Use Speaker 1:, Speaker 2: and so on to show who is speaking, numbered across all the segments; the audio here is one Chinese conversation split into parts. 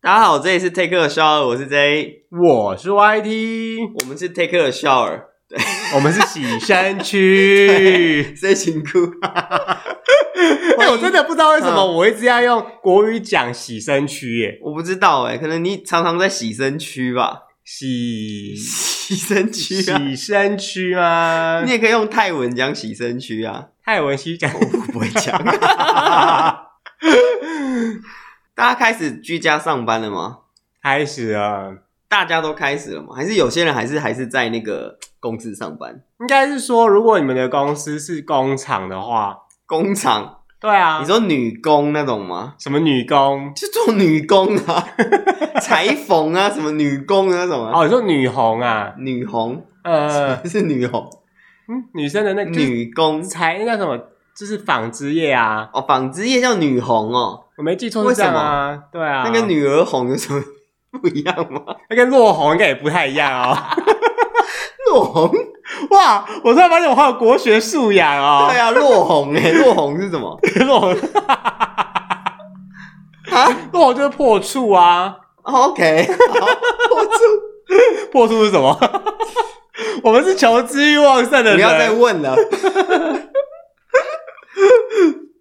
Speaker 1: 大家好，这里是 Take a Shower，我是 J，
Speaker 2: 我是 YT，
Speaker 1: 我们是 Take a Shower，
Speaker 2: 我们是洗身 区。
Speaker 1: 谁辛苦？
Speaker 2: 哎、我真的不知道为什么
Speaker 1: 嗯
Speaker 2: 我一直要用国语讲洗身区耶，
Speaker 1: 我不知道哎、可能你常常在洗身区吧？
Speaker 2: 洗
Speaker 1: 洗身区啊，
Speaker 2: 洗身区吗
Speaker 1: 你？也可以用泰文讲洗身区啊。
Speaker 2: 泰文西讲，
Speaker 1: 我不会讲。 大家开始居家上班了吗？
Speaker 2: 开始了，
Speaker 1: 大家都开始了吗？还是有些人还是还是在那个公司上班？
Speaker 2: 应该是说，如果你们的公司是工厂的话，
Speaker 1: 工厂？
Speaker 2: 对啊，
Speaker 1: 你说女工那种吗？
Speaker 2: 什么女工？
Speaker 1: 就做女工啊， 裁缝啊，什么女工那种啊，
Speaker 2: 哦，你说女红啊？
Speaker 1: 女红
Speaker 2: 呃，
Speaker 1: 是女红，
Speaker 2: 嗯女生的那个就是
Speaker 1: 女工
Speaker 2: 才那叫什么？就是纺织业啊，
Speaker 1: 哦，纺织业叫女红哦，
Speaker 2: 我没记错是这样啊，对啊，
Speaker 1: 那跟女儿红有什么不一样吗？
Speaker 2: 那跟落红应该也不太一样哦。
Speaker 1: 落红？
Speaker 2: 哇，我突然发现我还有国学素养哦。
Speaker 1: 对啊，落红哎， 落红是什么？
Speaker 2: 落红，
Speaker 1: 啊哦
Speaker 2: 落红就是破处啊。
Speaker 1: ，OK，好，我住。
Speaker 2: 破处是什么？ 我们是求知欲旺盛的人。
Speaker 1: 不要再问了。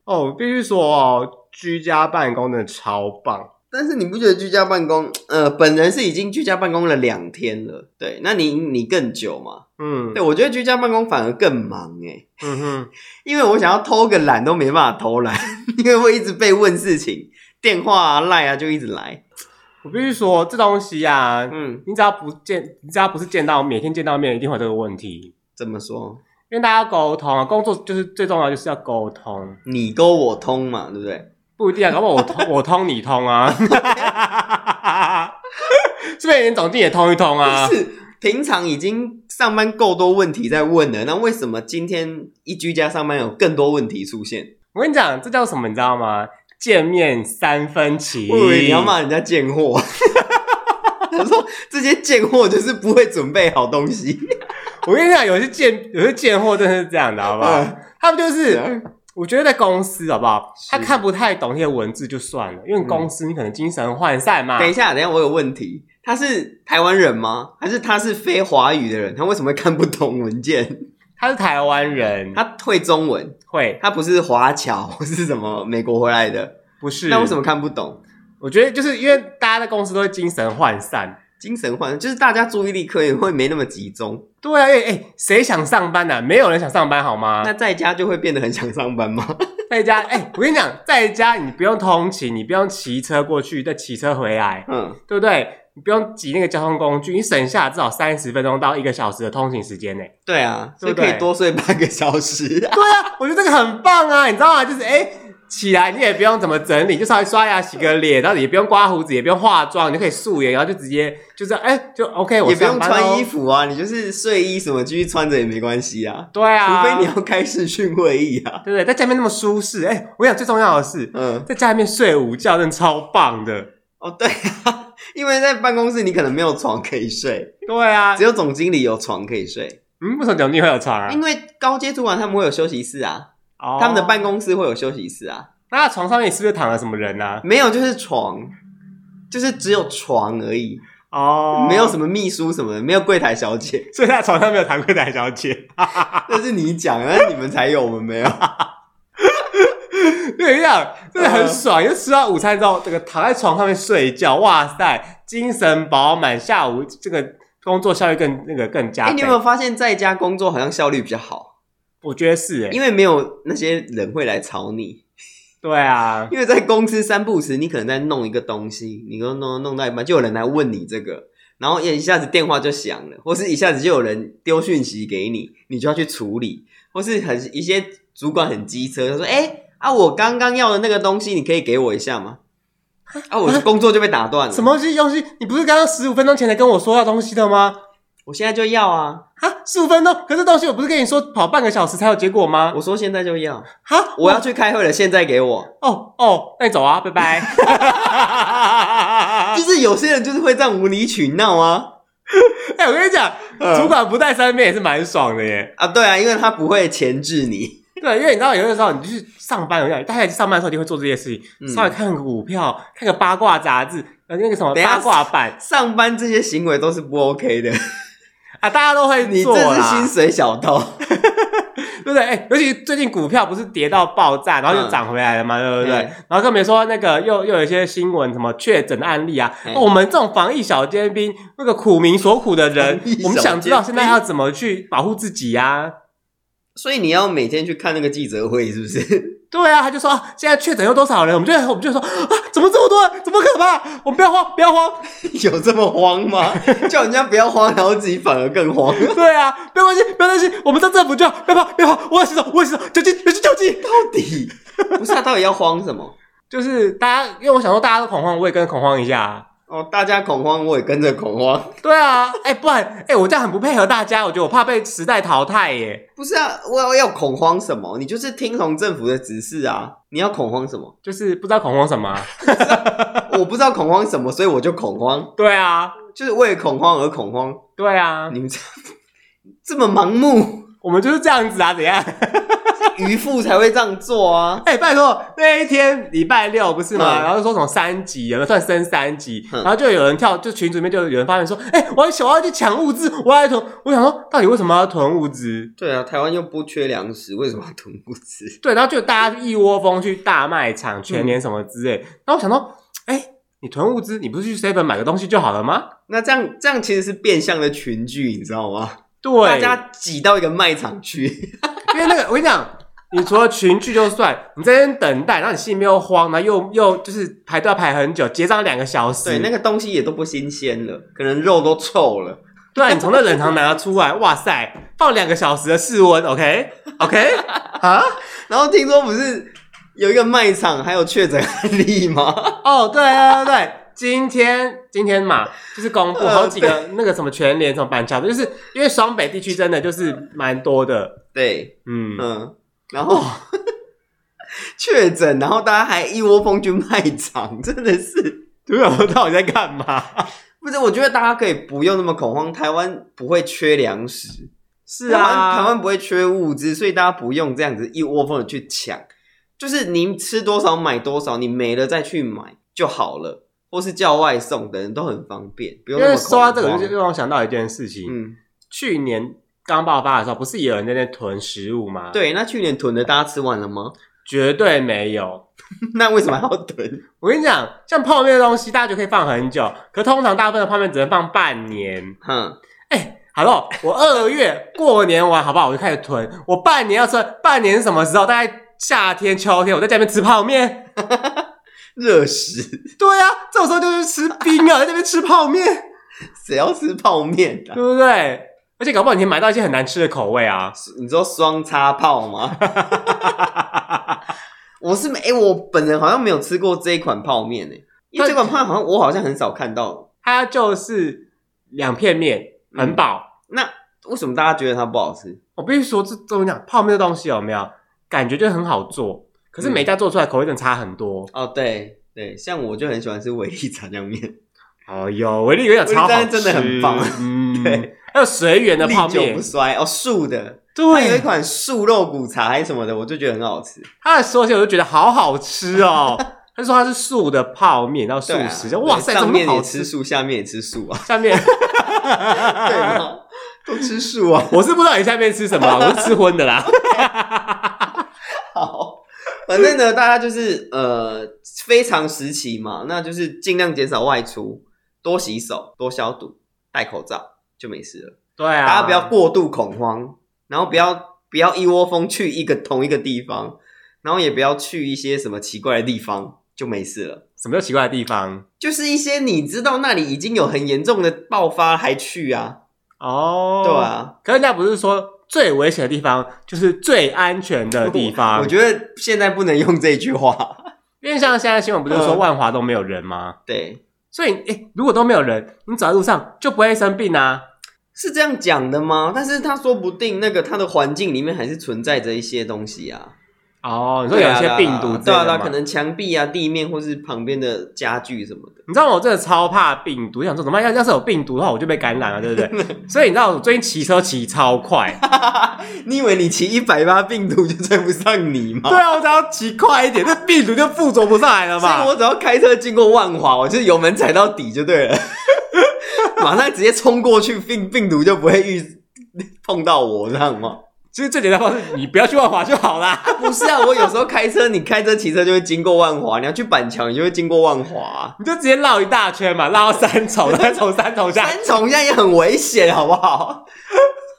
Speaker 2: 哦，我必须说哦，居家办公真的超棒。
Speaker 1: 但是你不觉得居家办公？呃，本人是已经居家办公了两天了，对，那你你更久嘛？
Speaker 2: 嗯
Speaker 1: 对，我觉得居家办公反而更忙哎、
Speaker 2: 嗯哼，
Speaker 1: 因为我想要偷个懒都没办法偷 懒，因为会一直被问事情，电话啊、赖啊就一直来。
Speaker 2: 我必须说这东西啊，
Speaker 1: 嗯，
Speaker 2: 你只要不见，你只要不是见到每天见到面，一定会有这个问题。
Speaker 1: 怎么说？
Speaker 2: 因为大家要沟通啊，工作就是最重要，就是要沟通，
Speaker 1: 你沟我通嘛，对不对？
Speaker 2: 不一定啊，搞不好我通我通你通啊， 是不是连总经理也通一通啊？
Speaker 1: 是平常已经上班够多问题在问了，那为什么今天一居家上班有更多问题出现？
Speaker 2: 我跟你讲，这叫什么？你知道吗？见面三分情。
Speaker 1: 我以为你要骂人家贱货。 我说这些贱货就是不会准备好东西，
Speaker 2: 我跟你讲，有些贱，有些贱货真的是这样的，好不 好？
Speaker 1: 嗯
Speaker 2: 他们就是，
Speaker 1: 嗯
Speaker 2: 我觉得在公司，好不好？
Speaker 1: 是嗯
Speaker 2: 他看不太懂那些文字就算了，因为公司你可能精神涣散嘛。
Speaker 1: 等一下，等一下，我有问题。他是台湾人吗？还是他是非华语的人？他为什么会看不懂文件？
Speaker 2: 他是台湾人，
Speaker 1: 他会中文，
Speaker 2: 会
Speaker 1: 他不是华侨，或是什么美国回来的？
Speaker 2: 不是？
Speaker 1: 那为什么？看不懂？
Speaker 2: 我觉得就是因为大家在公司都会精神涣散。
Speaker 1: 精神涣，就是大家注意力可以会没那么集中。
Speaker 2: 对啊，哎、哎、谁想上班呢、啊没有人想上班，好吗？
Speaker 1: 那在家就会变得很想上班吗？
Speaker 2: 在家，哎、我跟你讲，在家你不用通勤，你不用骑车过去，再骑车回来，
Speaker 1: 嗯，
Speaker 2: 对不对？你不用挤那个交通工具，你省下至少三十分钟到一个小时的通勤时间呢。
Speaker 1: 对啊，所以
Speaker 2: 对不
Speaker 1: 可
Speaker 2: 对
Speaker 1: 以多睡半个小时、啊。
Speaker 2: 对啊，我觉得这个很棒啊，你知道吗？就是哎、起来你也不用怎么整理，就稍微刷牙、洗个脸，然后也不用刮胡子，也不用化妆，你就可以素颜，然后就直接就是哎、就 OK，我
Speaker 1: 也不用
Speaker 2: 上班哦咯
Speaker 1: 穿衣。服啊，你就是睡衣什么继续穿着也没关系啊，
Speaker 2: 对啊，
Speaker 1: 除非你要开视讯会议啊。
Speaker 2: 对不对？在家里面那么舒适，哎、我想最重要的是，
Speaker 1: 嗯，
Speaker 2: 在家里面睡午觉真的超棒的。
Speaker 1: 哦对啊， 因为在办公室你可能没有床可以睡，
Speaker 2: 对啊
Speaker 1: 只，有总经理有床可以睡，
Speaker 2: 嗯，为什么总经理会有床啊？
Speaker 1: 因为高阶主管他们会有休息室啊，
Speaker 2: 哦
Speaker 1: 他们的办公室会有休息室啊，
Speaker 2: 那床上面是不是躺了什么人啊呢、
Speaker 1: 没有就是床，就是只有床而已，
Speaker 2: 啊？哦
Speaker 1: 没有什么秘书什么的，没有柜台小姐，
Speaker 2: 所以他床上没有谈柜台小姐，
Speaker 1: 那是你讲，那你们才有，我们 没有。
Speaker 2: 对，这样真的
Speaker 1: 嗯
Speaker 2: 很爽。因为吃完午餐之后，这个躺在床上面睡觉，哇塞，精神饱满，下午这个工作效率更那个更加
Speaker 1: 哎、
Speaker 2: 倍。
Speaker 1: 你有没有发现在家工作好像效率比较好，
Speaker 2: 我觉得是、哎，
Speaker 1: 因为没有那些人会来吵你。
Speaker 2: 对啊，
Speaker 1: 因为在公司三不五时，你可能在弄一个东西，你弄弄弄到一半，就有人来问你这个，然后也一下子电话就响了，或是一下子就有人丢讯息给你，你就要去处理，或是很一些主管很机车，他说：“哎、啊，我刚刚要的那个东西，你可以给我一下吗？”啊，我的工作就被打断了，
Speaker 2: 什？么东西东西？你不是刚刚十五分钟前才跟我说要东西的吗？
Speaker 1: 我现在就要啊！
Speaker 2: 啊，十五分钟，可是东西我不是跟你说跑半个小时才有结果吗？
Speaker 1: 我说现在就要，
Speaker 2: 啊，
Speaker 1: 我要去开会了，现在给我。
Speaker 2: 哦哦，那你走啊，拜拜。
Speaker 1: 就是有些人就是会这样无理取闹啊
Speaker 2: 哎、我跟你讲，
Speaker 1: 嗯
Speaker 2: 主管不在身边也是蛮爽的耶。
Speaker 1: 啊，对啊，因为他不会钳制你，
Speaker 2: 对，因为你知道，有的时候你去上班，有没有大家去上班的时候一定会做这些事
Speaker 1: 嗯
Speaker 2: 情，稍微看个股票，看个八卦杂志，呃，那个什么
Speaker 1: 等一下
Speaker 2: 八卦版
Speaker 1: 上班这些行为都是不 OK 的，
Speaker 2: 啊，大家都会
Speaker 1: 你
Speaker 2: 做
Speaker 1: 这是薪
Speaker 2: 啦，
Speaker 1: 水小偷。
Speaker 2: 对不对？哎，尤其最近股票不是跌到爆炸，然后又
Speaker 1: 嗯
Speaker 2: 涨回来了嘛，对不对
Speaker 1: 嗯？
Speaker 2: 然后更别说那个又又有一些新闻，什么确诊案例啊，
Speaker 1: 嗯
Speaker 2: 哦我们这种防疫小尖兵，那个苦民所苦的人
Speaker 1: 防疫，
Speaker 2: 我们
Speaker 1: 小
Speaker 2: 想知道
Speaker 1: 尖
Speaker 2: 现在
Speaker 1: 兵
Speaker 2: 要怎么去保护自己呀？
Speaker 1: 所以你要每天去看那个记者会，是不是？
Speaker 2: 对啊，他就说、啊、现在确诊有多少人，我们就我们就说啊，怎么这么多，怎么可怕？我们不要慌，不要慌。
Speaker 1: 有这么慌吗？叫人家不要慌，然后自己反而更慌。
Speaker 2: 对啊，不要担心，不要担心，我们当政府就好，不要怕，不要怕，我要洗手，我要洗手，酒精，酒精，酒精。
Speaker 1: 到底不是他、啊到底要慌什么？
Speaker 2: 就是大家，因为我想说大家都恐慌，我也跟着恐慌一下啊。
Speaker 1: 哦，大家恐慌，我也跟着恐慌。
Speaker 2: 对啊，哎、不然，哎、我这样很不配合大家，我觉得我怕被时代淘汰耶。
Speaker 1: 不是啊，我要要恐慌什么？你就是听从政府的指示啊！你要恐慌什么？
Speaker 2: 就是不知道恐慌什么啊。
Speaker 1: 我不知道恐慌什么，所以我就恐慌，
Speaker 2: 对啊，
Speaker 1: 就是为了恐慌而恐慌。
Speaker 2: 对啊，
Speaker 1: 你们这这么盲目，
Speaker 2: 我们就是这样子啊，怎样？
Speaker 1: 渔夫才会这样做啊！
Speaker 2: 哎、拜托，那一天礼拜六不是吗？
Speaker 1: 嗯
Speaker 2: 然后说什么三级，有没有算升三级？
Speaker 1: 嗯
Speaker 2: 然后就有人跳，就群组里面就有人发现说，哎、我要去我要去抢物资，我要去囤。我想说，到底为什么要囤物资？
Speaker 1: 对啊，台湾又不缺粮食，为什么要囤物资？
Speaker 2: 对，然后就大家一窝蜂去大卖场、
Speaker 1: 嗯
Speaker 2: 全联什么之类。然后我想说，哎、你囤物资，你不是去 seven 买个东西就好了吗？
Speaker 1: 那这样这样其实是变相的群聚，你知道吗？
Speaker 2: 对，
Speaker 1: 大家挤到一个卖场去，
Speaker 2: 因为那个，我跟你讲，你除了群聚就算，你在那边等待，然后你心里面又慌，然后又又就是排队要排很久，结账两个小时，
Speaker 1: 对，那个东西也都不新鲜了，可能肉都臭了。
Speaker 2: 对啊，你从那冷藏拿出来，哇塞，放两个小时的室温，OK OK 啊？
Speaker 1: 然后听说不是有一个卖场还有确诊案例吗？
Speaker 2: 哦，对对对对，今天今天嘛，就是公布
Speaker 1: 呃
Speaker 2: 好 几个那个什么全联什么板桥的，就是因为双北地区真的就是蛮多的，
Speaker 1: 对，
Speaker 2: 嗯，
Speaker 1: 嗯，然后确诊，然后大家还一窝蜂去卖场，真的是
Speaker 2: 对啊，我到底在干嘛？
Speaker 1: 不是？我觉得大家可以不用那么恐慌，台湾不会缺粮食，
Speaker 2: 是
Speaker 1: 台湾台
Speaker 2: 啊，
Speaker 1: 湾不会缺物资，所以大家不用这样子一窝蜂的去抢，就是你吃多少买多少，你没了再去买就好了，或是叫外送等都很方便，不
Speaker 2: 因
Speaker 1: 用那么
Speaker 2: 为说到这
Speaker 1: 恐
Speaker 2: 个，
Speaker 1: 慌
Speaker 2: 就是让我想到一件事情，
Speaker 1: 嗯，
Speaker 2: 去年刚爆发的时候，不是也有人在那囤食物吗？，
Speaker 1: 对，那去年囤的大家吃完了吗？
Speaker 2: 绝对没有。
Speaker 1: 那为什么还要囤？
Speaker 2: 我跟你讲，像泡面的东西，大家就可以放很久，可通常大部分的泡面只能放半年。
Speaker 1: 哼，
Speaker 2: 好了，我二月过年完，好不好？我就开始囤。我半年要吃，半年是什么时候？大概夏天、秋天，我在家里面吃泡面。
Speaker 1: 热食，
Speaker 2: 对啊，这种时候就是吃冰啊，在那边吃泡面，
Speaker 1: 谁要吃泡面啊
Speaker 2: 对？不对？而且搞不好你可以买到一些很难吃的口味啊。
Speaker 1: 你说双叉泡吗？ 我是没、诶我本人好像没有吃过这一款泡面诶、因为这款泡面好像我好像很少看到。
Speaker 2: 它就是两片面，很饱。
Speaker 1: 嗯那为什么大家觉得它不好吃？
Speaker 2: 我必须说，这怎么讲？泡面的东西哦有没有感觉就很好做，可是
Speaker 1: 嗯
Speaker 2: 每家做出来口味真的差很多。
Speaker 1: 哦，对对，像我就很喜欢吃维力炸酱面，
Speaker 2: 哦哟，维力有点超好
Speaker 1: 维力
Speaker 2: 吃，
Speaker 1: 真的很棒
Speaker 2: 嗯，
Speaker 1: 对，
Speaker 2: 还有随缘 的
Speaker 1: 历
Speaker 2: 泡
Speaker 1: 久不
Speaker 2: 面，
Speaker 1: 衰哦，素的，它有一
Speaker 2: 对，
Speaker 1: 款素肉骨茶还是什么的，我就觉得很好吃。
Speaker 2: 它的缩写我就觉得好好吃 哦。他说它是素的泡面，然后素
Speaker 1: 对啊
Speaker 2: 食，哇塞，
Speaker 1: 对
Speaker 2: 这
Speaker 1: 上
Speaker 2: 么
Speaker 1: 面
Speaker 2: 好
Speaker 1: 也吃
Speaker 2: 吃！
Speaker 1: 素，下面也吃素啊。
Speaker 2: 下 面
Speaker 1: 对吗？都吃素啊。
Speaker 2: 我是不知道你下面吃什么，我是吃荤 的啦。
Speaker 1: 好，反正呢，大家就是呃非常时期嘛，那就是尽量减少外出，多洗手，多消毒，戴口罩就没事了。
Speaker 2: 对啊，
Speaker 1: 大家不要过度恐慌，然后不要不要一窝蜂去一个同一个地方，然后也不要去一些什么奇怪的地方，就没事了。
Speaker 2: 什么叫奇怪的地方
Speaker 1: 就是一些你知道那里已经有很严重的爆发还去啊，
Speaker 2: 哦。
Speaker 1: 对，啊，
Speaker 2: 可是人家不是说最危险的地方就是最安全的地方
Speaker 1: 我。觉得现在不能用这句话。
Speaker 2: 因为像现在新闻不是
Speaker 1: 嗯
Speaker 2: 说万华都没有人吗？
Speaker 1: 对，
Speaker 2: 所以，诶，如果都没有人，你走在路上就不会生病啊。
Speaker 1: 是这样讲的吗？但是他说不定那个他的环境里面还是存在着一些东西啊。
Speaker 2: 哦，你说有一
Speaker 1: 对
Speaker 2: 些
Speaker 1: 啊
Speaker 2: 病毒之
Speaker 1: 对
Speaker 2: 类
Speaker 1: 啊，
Speaker 2: 的
Speaker 1: 对啊
Speaker 2: 吗
Speaker 1: 可能墙壁啊、地面或是旁边的家具什么的。
Speaker 2: 你知道吗我真的超怕病毒，想说怎么办？要要是有病毒的话，我就被感染了，对不
Speaker 1: 嗯
Speaker 2: 对？所以你知道我最近骑车骑超快，
Speaker 1: 你以为你骑一百八病毒就追不上你吗？
Speaker 2: 对啊，我只要骑快一点，那病毒就附着不上来了
Speaker 1: 所以
Speaker 2: 嘛。
Speaker 1: 我只要开车经过万华，我就是油门踩到底就对了， 马上直接冲过去，病病毒就不会遇碰到我，知道吗？
Speaker 2: 其实最简单的方式，你不要去万华就好啦。
Speaker 1: 不是啊，我有时候开车，你开车骑车就会经过万华，你要去板桥，你就会经过万华啊、
Speaker 2: 你就直接绕一大圈嘛，绕到三 重，再从三重下。
Speaker 1: 三重现在也很危险，好不好？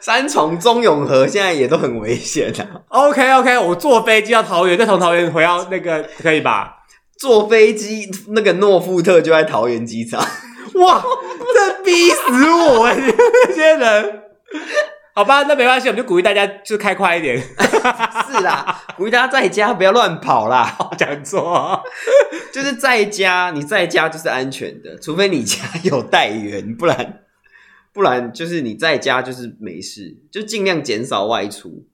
Speaker 1: 三重、中永和现在也都很危险啊！
Speaker 2: OK OK，我坐飞机到桃园，再从桃园回到那个，可以 吧？
Speaker 1: 坐飞机那个诺富特就在桃园机场，
Speaker 2: 哇，这逼死我哎！
Speaker 1: 欸
Speaker 2: 这些人，好吧，那没关系，我们就鼓励大家就开快 一点。
Speaker 1: 是啦，鼓励大家在家不要乱跑啦。
Speaker 2: 讲错，
Speaker 1: 就是在家，你在家就是安全的，除非你家有带源，不然不然就是你在家就是没事，就尽量减少外出。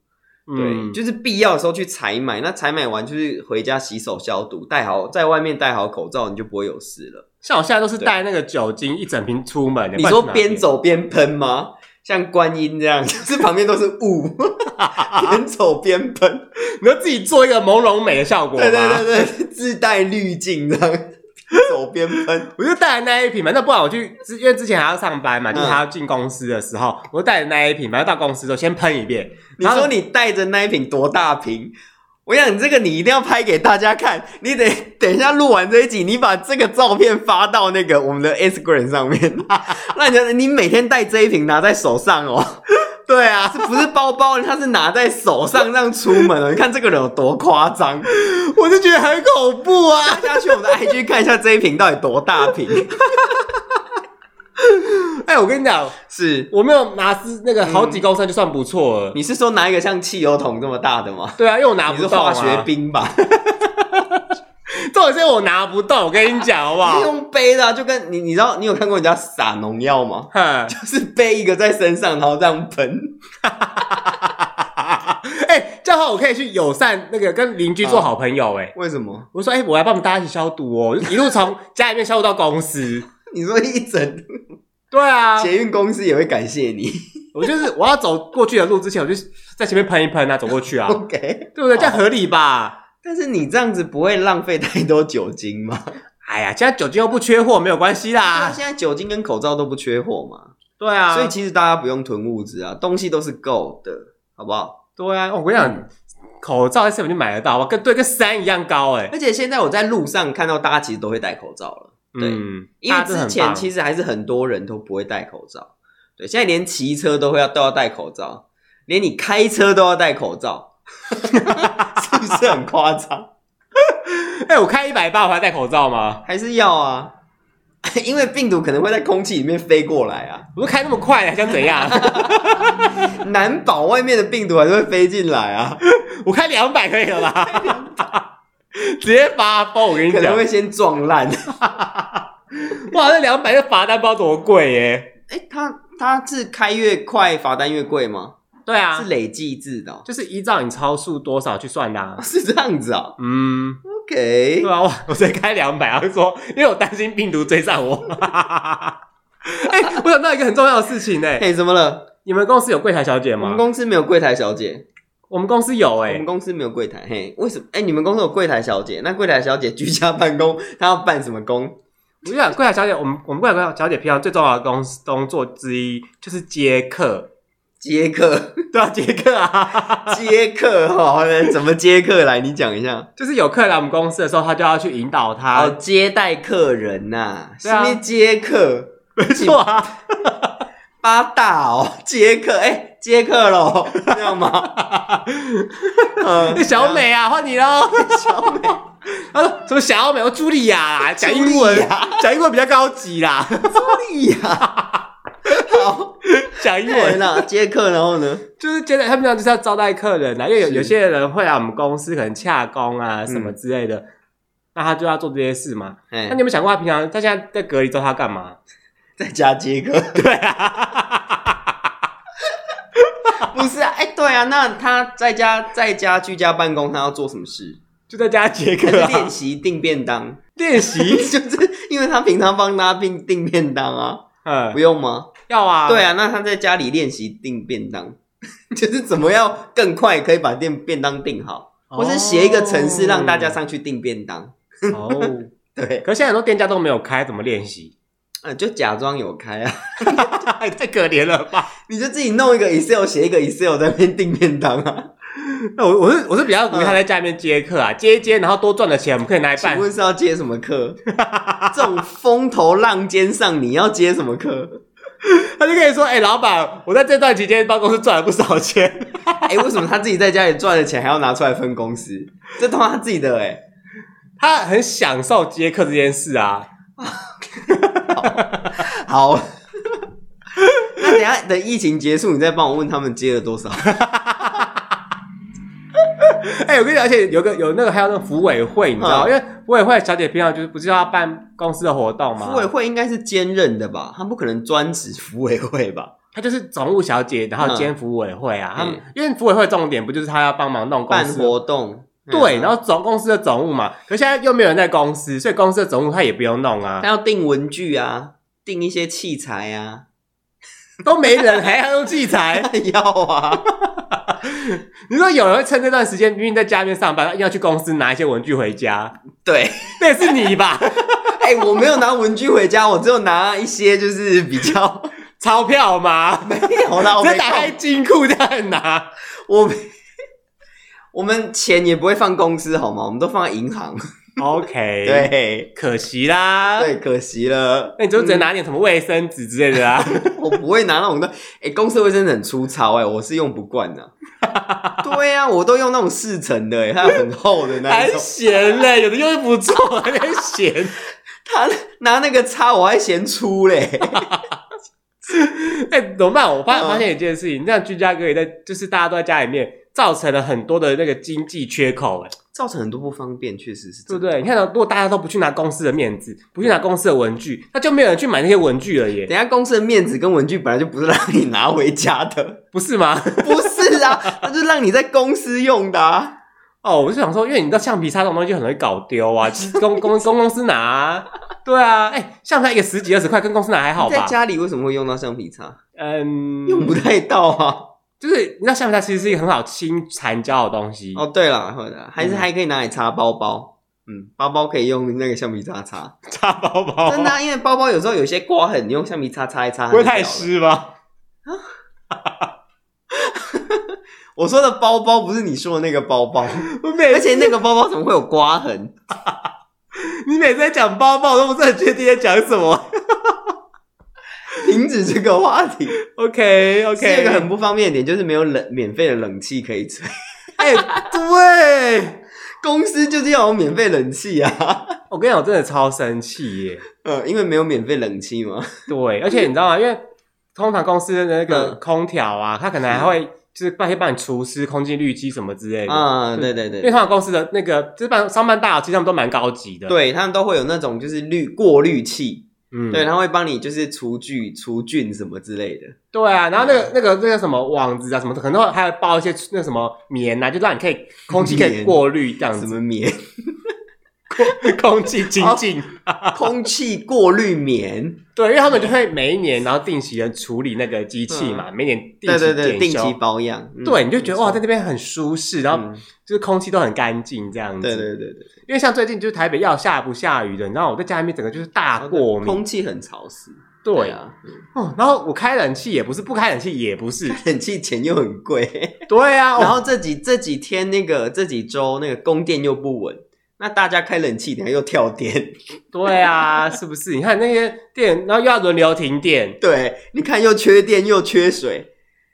Speaker 1: 对，
Speaker 2: 嗯，
Speaker 1: 就是必要的时候去采买，那采买完就是回家洗手消毒，戴好在外面戴好口罩，你就不会有事了。
Speaker 2: 像我现在都是带那个酒精一整瓶出门。
Speaker 1: 你
Speaker 2: 不然
Speaker 1: 说
Speaker 2: 去哪
Speaker 1: 边走边喷吗？像观音这样， 就是旁边都是雾， 边走边喷。
Speaker 2: 边，你就自己做一个朦胧美的效果吗？
Speaker 1: 对对对对，自带滤镜这样， 走边喷。
Speaker 2: 我就带了那一瓶嘛，那不然我去，之因为之前还要上班嘛，就是
Speaker 1: 嗯
Speaker 2: 还要进公司的时候，我就带着那一瓶，反正到公司之后先喷一遍。
Speaker 1: 你
Speaker 2: 然后
Speaker 1: 说你带着那一瓶多大瓶？我想你这个你一定要拍给大家看，你得等一下录完这一集，你把这个照片发到那个我们的 Instagram 上面， 让人家你每天带这一瓶拿在手上哦。 对啊，这不是包包，它是拿在手上这样出门哦。你看这个人有多夸张，
Speaker 2: 我就觉得很恐怖啊！
Speaker 1: 大家去我们的 IG 看一下这一瓶到底多大瓶。
Speaker 2: 哎、我跟你讲，
Speaker 1: 是，
Speaker 2: 我没有拿是那个好几公升就算不错了。
Speaker 1: 你是说拿一个像汽油桶这么大的吗？
Speaker 2: 对啊，因为我拿
Speaker 1: 你
Speaker 2: 不
Speaker 1: 是
Speaker 2: 动、
Speaker 1: 化
Speaker 2: 啊、
Speaker 1: 学，兵吧？
Speaker 2: 重点是我拿不动。我跟你讲好不
Speaker 1: 你是
Speaker 2: 好？
Speaker 1: 用杯的、啊，就跟你你知道你有看过人家撒农药吗？
Speaker 2: 哼，
Speaker 1: 就是背一个在身上，然后这样喷。
Speaker 2: 哎、这样的话我可以去友善那个跟邻居做好朋友、哎、
Speaker 1: 为什么？
Speaker 2: 我说，哎、我要帮我们大家一起消毒哦，就一路从家里面消毒到公司。
Speaker 1: 你说一整
Speaker 2: 对啊，
Speaker 1: 捷运公司也会感谢你。
Speaker 2: 我就是我要走过去的路之前，我就在前面喷一喷啊，走过 去啊，
Speaker 1: OK，
Speaker 2: 对不对？这样合理吧？
Speaker 1: 但是你这样子不会浪费太多酒精吗？
Speaker 2: 哎呀，现在酒精又不缺货，没有关系
Speaker 1: 啊，
Speaker 2: 啦。
Speaker 1: 现在酒精跟口罩都不缺货嘛，
Speaker 2: 对啊，
Speaker 1: 所以其实大家不用囤物资啊，东西都是够的，好不好？
Speaker 2: 对啊，哦我跟你讲，
Speaker 1: 嗯
Speaker 2: 口罩在 seven 就买得到，哇，跟对跟山一样高哎、
Speaker 1: 而且现在我在路上看到大家其实都会戴口罩了，对
Speaker 2: 嗯，
Speaker 1: 因为之前其
Speaker 2: 实
Speaker 1: 实还是很多人都不会戴口罩，对，现在连骑车都会要都要戴口罩，连你开车都要戴口罩， 是不是很夸张？
Speaker 2: 哎、我开一百八，我还戴口罩吗？
Speaker 1: 还是要啊， 因为病毒可能会在空气里面飞过来啊，
Speaker 2: 我都开那么快了，还想怎样？
Speaker 1: 难保外面的病毒还是会飞进来啊，
Speaker 2: 我开两百可以了吧？ 直接发疯，我跟你
Speaker 1: 可能
Speaker 2: 讲，
Speaker 1: 会先撞烂。
Speaker 2: 哇，那两百的罚单包多贵耶、
Speaker 1: 哎、它它是开越快罚单越贵吗？
Speaker 2: 对啊
Speaker 1: 是，累计制的哦、
Speaker 2: 就是依照你超速多少去算的、啊。
Speaker 1: 是这样子啊、
Speaker 2: 嗯，
Speaker 1: OK，
Speaker 2: 对啊，我我才开两百，然后说，因为我担心病毒追上我。 哎、我想到一个很重要的事情呢、
Speaker 1: 哎、怎么了？
Speaker 2: 你们公司有柜台小姐
Speaker 1: 我
Speaker 2: 吗
Speaker 1: 们？公司没有柜台小姐，
Speaker 2: 我们公司有哎、
Speaker 1: 我们公司没有柜台。嘿，为什么？哎、你们公司有柜台小姐？那柜台小姐居家办公，她要办什么工？
Speaker 2: 我就想柜台小姐，我们我们柜台小姐平常最重要的工工作之一就是接客，
Speaker 1: 接客，
Speaker 2: 对啊，接客啊，
Speaker 1: 接客哦，怎么接客来？你讲一下。
Speaker 2: 就是有客人来我们公司的时候，她就要去引导他，
Speaker 1: 哦，接待客人呐、
Speaker 2: 啊对啊
Speaker 1: 是不是接客？
Speaker 2: 没错啊，
Speaker 1: 八大哦，接客，哎、接客喽，这样吗？ 嗯
Speaker 2: 小，美 啊，换你喽。
Speaker 1: 小 美，
Speaker 2: 她说什么小美，我茱莉亚啊，讲英
Speaker 1: 茱莉
Speaker 2: 文
Speaker 1: 亚，
Speaker 2: 讲英文比较高级啦，
Speaker 1: 哎呀，好，
Speaker 2: 讲英文
Speaker 1: 对啦，接客，然后呢？
Speaker 2: 就是接待，他们这样就是要招待客人啊，因为有
Speaker 1: 是
Speaker 2: 有些人会来我们公司可能洽工啊什么之类的，
Speaker 1: 嗯
Speaker 2: 那他就要做这些事嘛。
Speaker 1: 哎、
Speaker 2: 那你有没有想过，他平常他现在在隔离之后他干嘛？ 啊
Speaker 1: 在家接客，
Speaker 2: 对啊，
Speaker 1: 不是啊，哎、对啊，那他在家在家居家办公，他要做什么事？
Speaker 2: 就在家接
Speaker 1: 他
Speaker 2: 客
Speaker 1: 是 练
Speaker 2: 啊，
Speaker 1: 习订便当，
Speaker 2: 练习，
Speaker 1: 就是因为他平常帮大家订订便当啊，
Speaker 2: 嗯
Speaker 1: 不，用吗？
Speaker 2: 要啊，
Speaker 1: 对啊，那他在家里练习订便当， 就是怎么样更快可以把店便当订好，
Speaker 2: 哦，
Speaker 1: 或是写一个程式让大家上去订便当。
Speaker 2: 哦。
Speaker 1: 对，
Speaker 2: 可是现在很多店家都没有开，怎么练习？
Speaker 1: 呃，就假装有开啊，
Speaker 2: 也太可怜了吧！
Speaker 1: 你就自己弄一个 Excel，写一个 Excel 在那边订便当啊。
Speaker 2: 那我我是我是比较鼓励他在家里面接客啊，接一接，然后多赚的钱我们可以拿来
Speaker 1: 嗯 请
Speaker 2: 办
Speaker 1: 问是要接什么 课？这种风头浪尖上，你要接什么 课？
Speaker 2: 他就可以说：“哎、老板，我在这段期间帮公司赚了不少钱。
Speaker 1: 哎、为什么他自己在家里赚的钱还要拿出来分公司？这都他自己的哎、”
Speaker 2: 他很享受接客这件事啊。
Speaker 1: 好， 那等一下等疫情结束，你再帮我问他们接了多 少。
Speaker 2: 哎、我跟你讲，而且有个有那个还有那个服委会，你知道吗，
Speaker 1: 嗯
Speaker 2: 因为服委会小姐平常就是不是要办公司的活动吗？
Speaker 1: 服委会应该是兼任的吧？他不可能专职服委会吧？
Speaker 2: 她就是总务小姐，然后
Speaker 1: 嗯
Speaker 2: 兼服委会啊。他们因为服委会重点不就是她要帮忙弄公
Speaker 1: 办
Speaker 2: 司的啊
Speaker 1: 活动，
Speaker 2: 对，
Speaker 1: 嗯
Speaker 2: 然后总公司的总务嘛，可现在又没有人在公司，所以公司的总务他也不用弄啊
Speaker 1: 他，要订文具啊，订一些器材啊，
Speaker 2: 都没人还 要用器材。
Speaker 1: 要啊，
Speaker 2: 你说有人会趁这段时间，明明在家里面上班，硬要去公司拿一些文具回家，
Speaker 1: 对，
Speaker 2: 那也是你吧？
Speaker 1: 哎、我没有拿文具回家，我只有拿一些就是比较
Speaker 2: 钞票嘛，
Speaker 1: 没有啦，我
Speaker 2: 直接
Speaker 1: 没
Speaker 2: 打开
Speaker 1: 空，
Speaker 2: 金库这样拿。
Speaker 1: 我没。我们钱也不会放公司好吗？我们都放在银 行。
Speaker 2: OK，，
Speaker 1: 对
Speaker 2: 可惜啦。
Speaker 1: 对，嗯可惜了。
Speaker 2: 那你就只能拿点什么卫生纸之类的啊。
Speaker 1: 我不会拿那种的，哎、公司卫生纸很粗糙、哎，我是用不惯 的、对呀、啊，我都用那种四层的、哎，还有很厚的那一
Speaker 2: 还
Speaker 1: 种。
Speaker 2: 咸嘞，有的用的不错，还咸。
Speaker 1: 他拿那个擦，我还嫌粗嘞。
Speaker 2: 哎、怎么办？我发
Speaker 1: 嗯
Speaker 2: 发现一件事情，这样居家隔离在，就是大家都在家里面，造成了很多的那个经济缺口、哎，
Speaker 1: 造成很多不方便，确实是
Speaker 2: 对
Speaker 1: 真
Speaker 2: 不
Speaker 1: 的。
Speaker 2: 对？你看，如果大家都不去拿公司的面子，不去拿公司的文具，那就没有人去买那些文具了耶，
Speaker 1: 等一下公司的面子跟文具本来就不是让你拿回家 的，
Speaker 2: 不是吗？
Speaker 1: 不是啊，那就让你在公司用的、啊。
Speaker 2: 哦，我就想说，因为你知道橡皮擦这种东西就很容易搞丢啊，其实公公公公司拿啊、对啊，哎、橡皮擦一个十几二十块，跟公司拿还好
Speaker 1: 在
Speaker 2: 吧？
Speaker 1: 家里为什么会用到橡皮擦？
Speaker 2: 嗯，
Speaker 1: 用不太到啊。
Speaker 2: 就是你知道橡皮擦其实是一个很好清残胶的东西，
Speaker 1: 哦，对了，或者还是
Speaker 2: 嗯
Speaker 1: 还可以拿来擦包包。嗯，包包可以用那个橡皮擦擦。
Speaker 2: 擦包包
Speaker 1: 真的、啊，因为包包有时候有些刮痕，你用橡皮擦擦一擦，
Speaker 2: 不会太
Speaker 1: 湿。
Speaker 2: 湿吧？
Speaker 1: 我说的包包不是你说的那个包 包，
Speaker 2: 我每
Speaker 1: 而且那个包包怎么会有刮 痕？
Speaker 2: 你每次在讲包包，我都不是很确定在讲什么。
Speaker 1: 停止这个话题。
Speaker 2: OK
Speaker 1: 第
Speaker 2: OK，
Speaker 1: 二个很不方便的点就是没有冷免费的冷气可以吹，
Speaker 2: 哎、对，
Speaker 1: 公司就是要有免费冷气 啊。
Speaker 2: 我跟你讲，我真的超生气耶。
Speaker 1: 呃，因为没有免费冷气嘛。
Speaker 2: 对，而且你知道吗？因为通常公司的那个
Speaker 1: 嗯
Speaker 2: 空调啊，它可能还会就是半夜帮你除湿、空气滤机什么之类的。
Speaker 1: 啊、对对
Speaker 2: 因为
Speaker 1: 对，
Speaker 2: 通常公司的那个就是办上班大佬，其实他们都蛮高级的。，
Speaker 1: 对他们都会有那种就是滤过滤器，
Speaker 2: 嗯，
Speaker 1: 对，他会帮你就是除菌、除菌什么之类的。
Speaker 2: 对啊。然后
Speaker 1: 嗯
Speaker 2: 那个那个那个什么网子啊，什么的，可能会还有包一些那什么棉啊，就让你可以空气可以
Speaker 1: 棉
Speaker 2: 过滤这样
Speaker 1: 什么
Speaker 2: 子，
Speaker 1: 棉？
Speaker 2: 空气清净。
Speaker 1: 空气过滤棉？
Speaker 2: 对，因为他们就会每一年，然后定期的处理那个机器嘛，每年定
Speaker 1: 对
Speaker 2: 期
Speaker 1: 嗯对对，
Speaker 2: 检
Speaker 1: 定
Speaker 2: 修
Speaker 1: 期保养。嗯
Speaker 2: 对，你就觉得哇，在
Speaker 1: 没
Speaker 2: 那边很舒适，然
Speaker 1: 错
Speaker 2: 后
Speaker 1: 嗯
Speaker 2: 就是空气都很干净这样子。
Speaker 1: 对对对对，
Speaker 2: 因为像最近就是台北要下不下雨的，你知道我在家里面整个就是大过敏。
Speaker 1: 哦空气很潮湿。
Speaker 2: 对啊，
Speaker 1: 啊，嗯
Speaker 2: 哦，然后我开冷气也不是，不开冷气也不是。
Speaker 1: 冷气钱又很 贵。
Speaker 2: 对啊，
Speaker 1: 然
Speaker 2: 然后
Speaker 1: 后这几这几天那个这几周那个供电又不稳，那大家开冷气，等下又跳电。
Speaker 2: 对啊，是不是？你看那些电，然后又要轮流停电，
Speaker 1: 对，你看又缺电又缺水，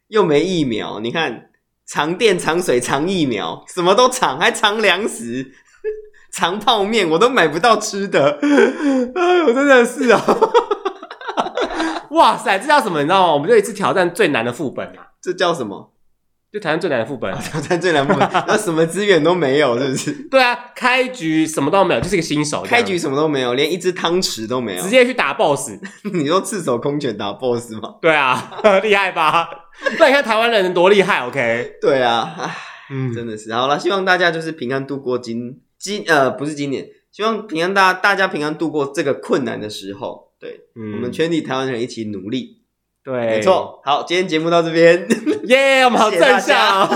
Speaker 1: 又没疫苗，你看藏电藏水藏疫苗，什么都藏，还藏粮食。 藏泡面我都买不到吃的，
Speaker 2: 哎，我真的是啊。
Speaker 1: 哦
Speaker 2: 哇塞，这叫什么？你知道吗？我们就一次挑战最难的副本啊，
Speaker 1: 这叫什么？
Speaker 2: 就挑战最难的副本啊、
Speaker 1: 挑战最难不？那什么资源都没有，是不是？
Speaker 2: 对啊，开局什么都没有，就是一个新手这
Speaker 1: 开
Speaker 2: 样。
Speaker 1: 局什么都没有，连一只汤匙 都没有
Speaker 2: 直。接去打 BOSS，
Speaker 1: 你说赤手空拳打 BOSS 吗？
Speaker 2: 对啊，厉害吧？那你看台湾人多厉害，OK？
Speaker 1: 对啊，唉
Speaker 2: 嗯，
Speaker 1: 真的是好了，希望大家就是平安度过今今呃不是今年，希望平安大大家平安度过这个困难的时候。对、我
Speaker 2: 我
Speaker 1: 们全体台湾人一起努力，
Speaker 2: 嗯对，
Speaker 1: 没，错。好，今天节目到这边，
Speaker 2: 耶、我们好
Speaker 1: 谢谢大
Speaker 2: 正向哦。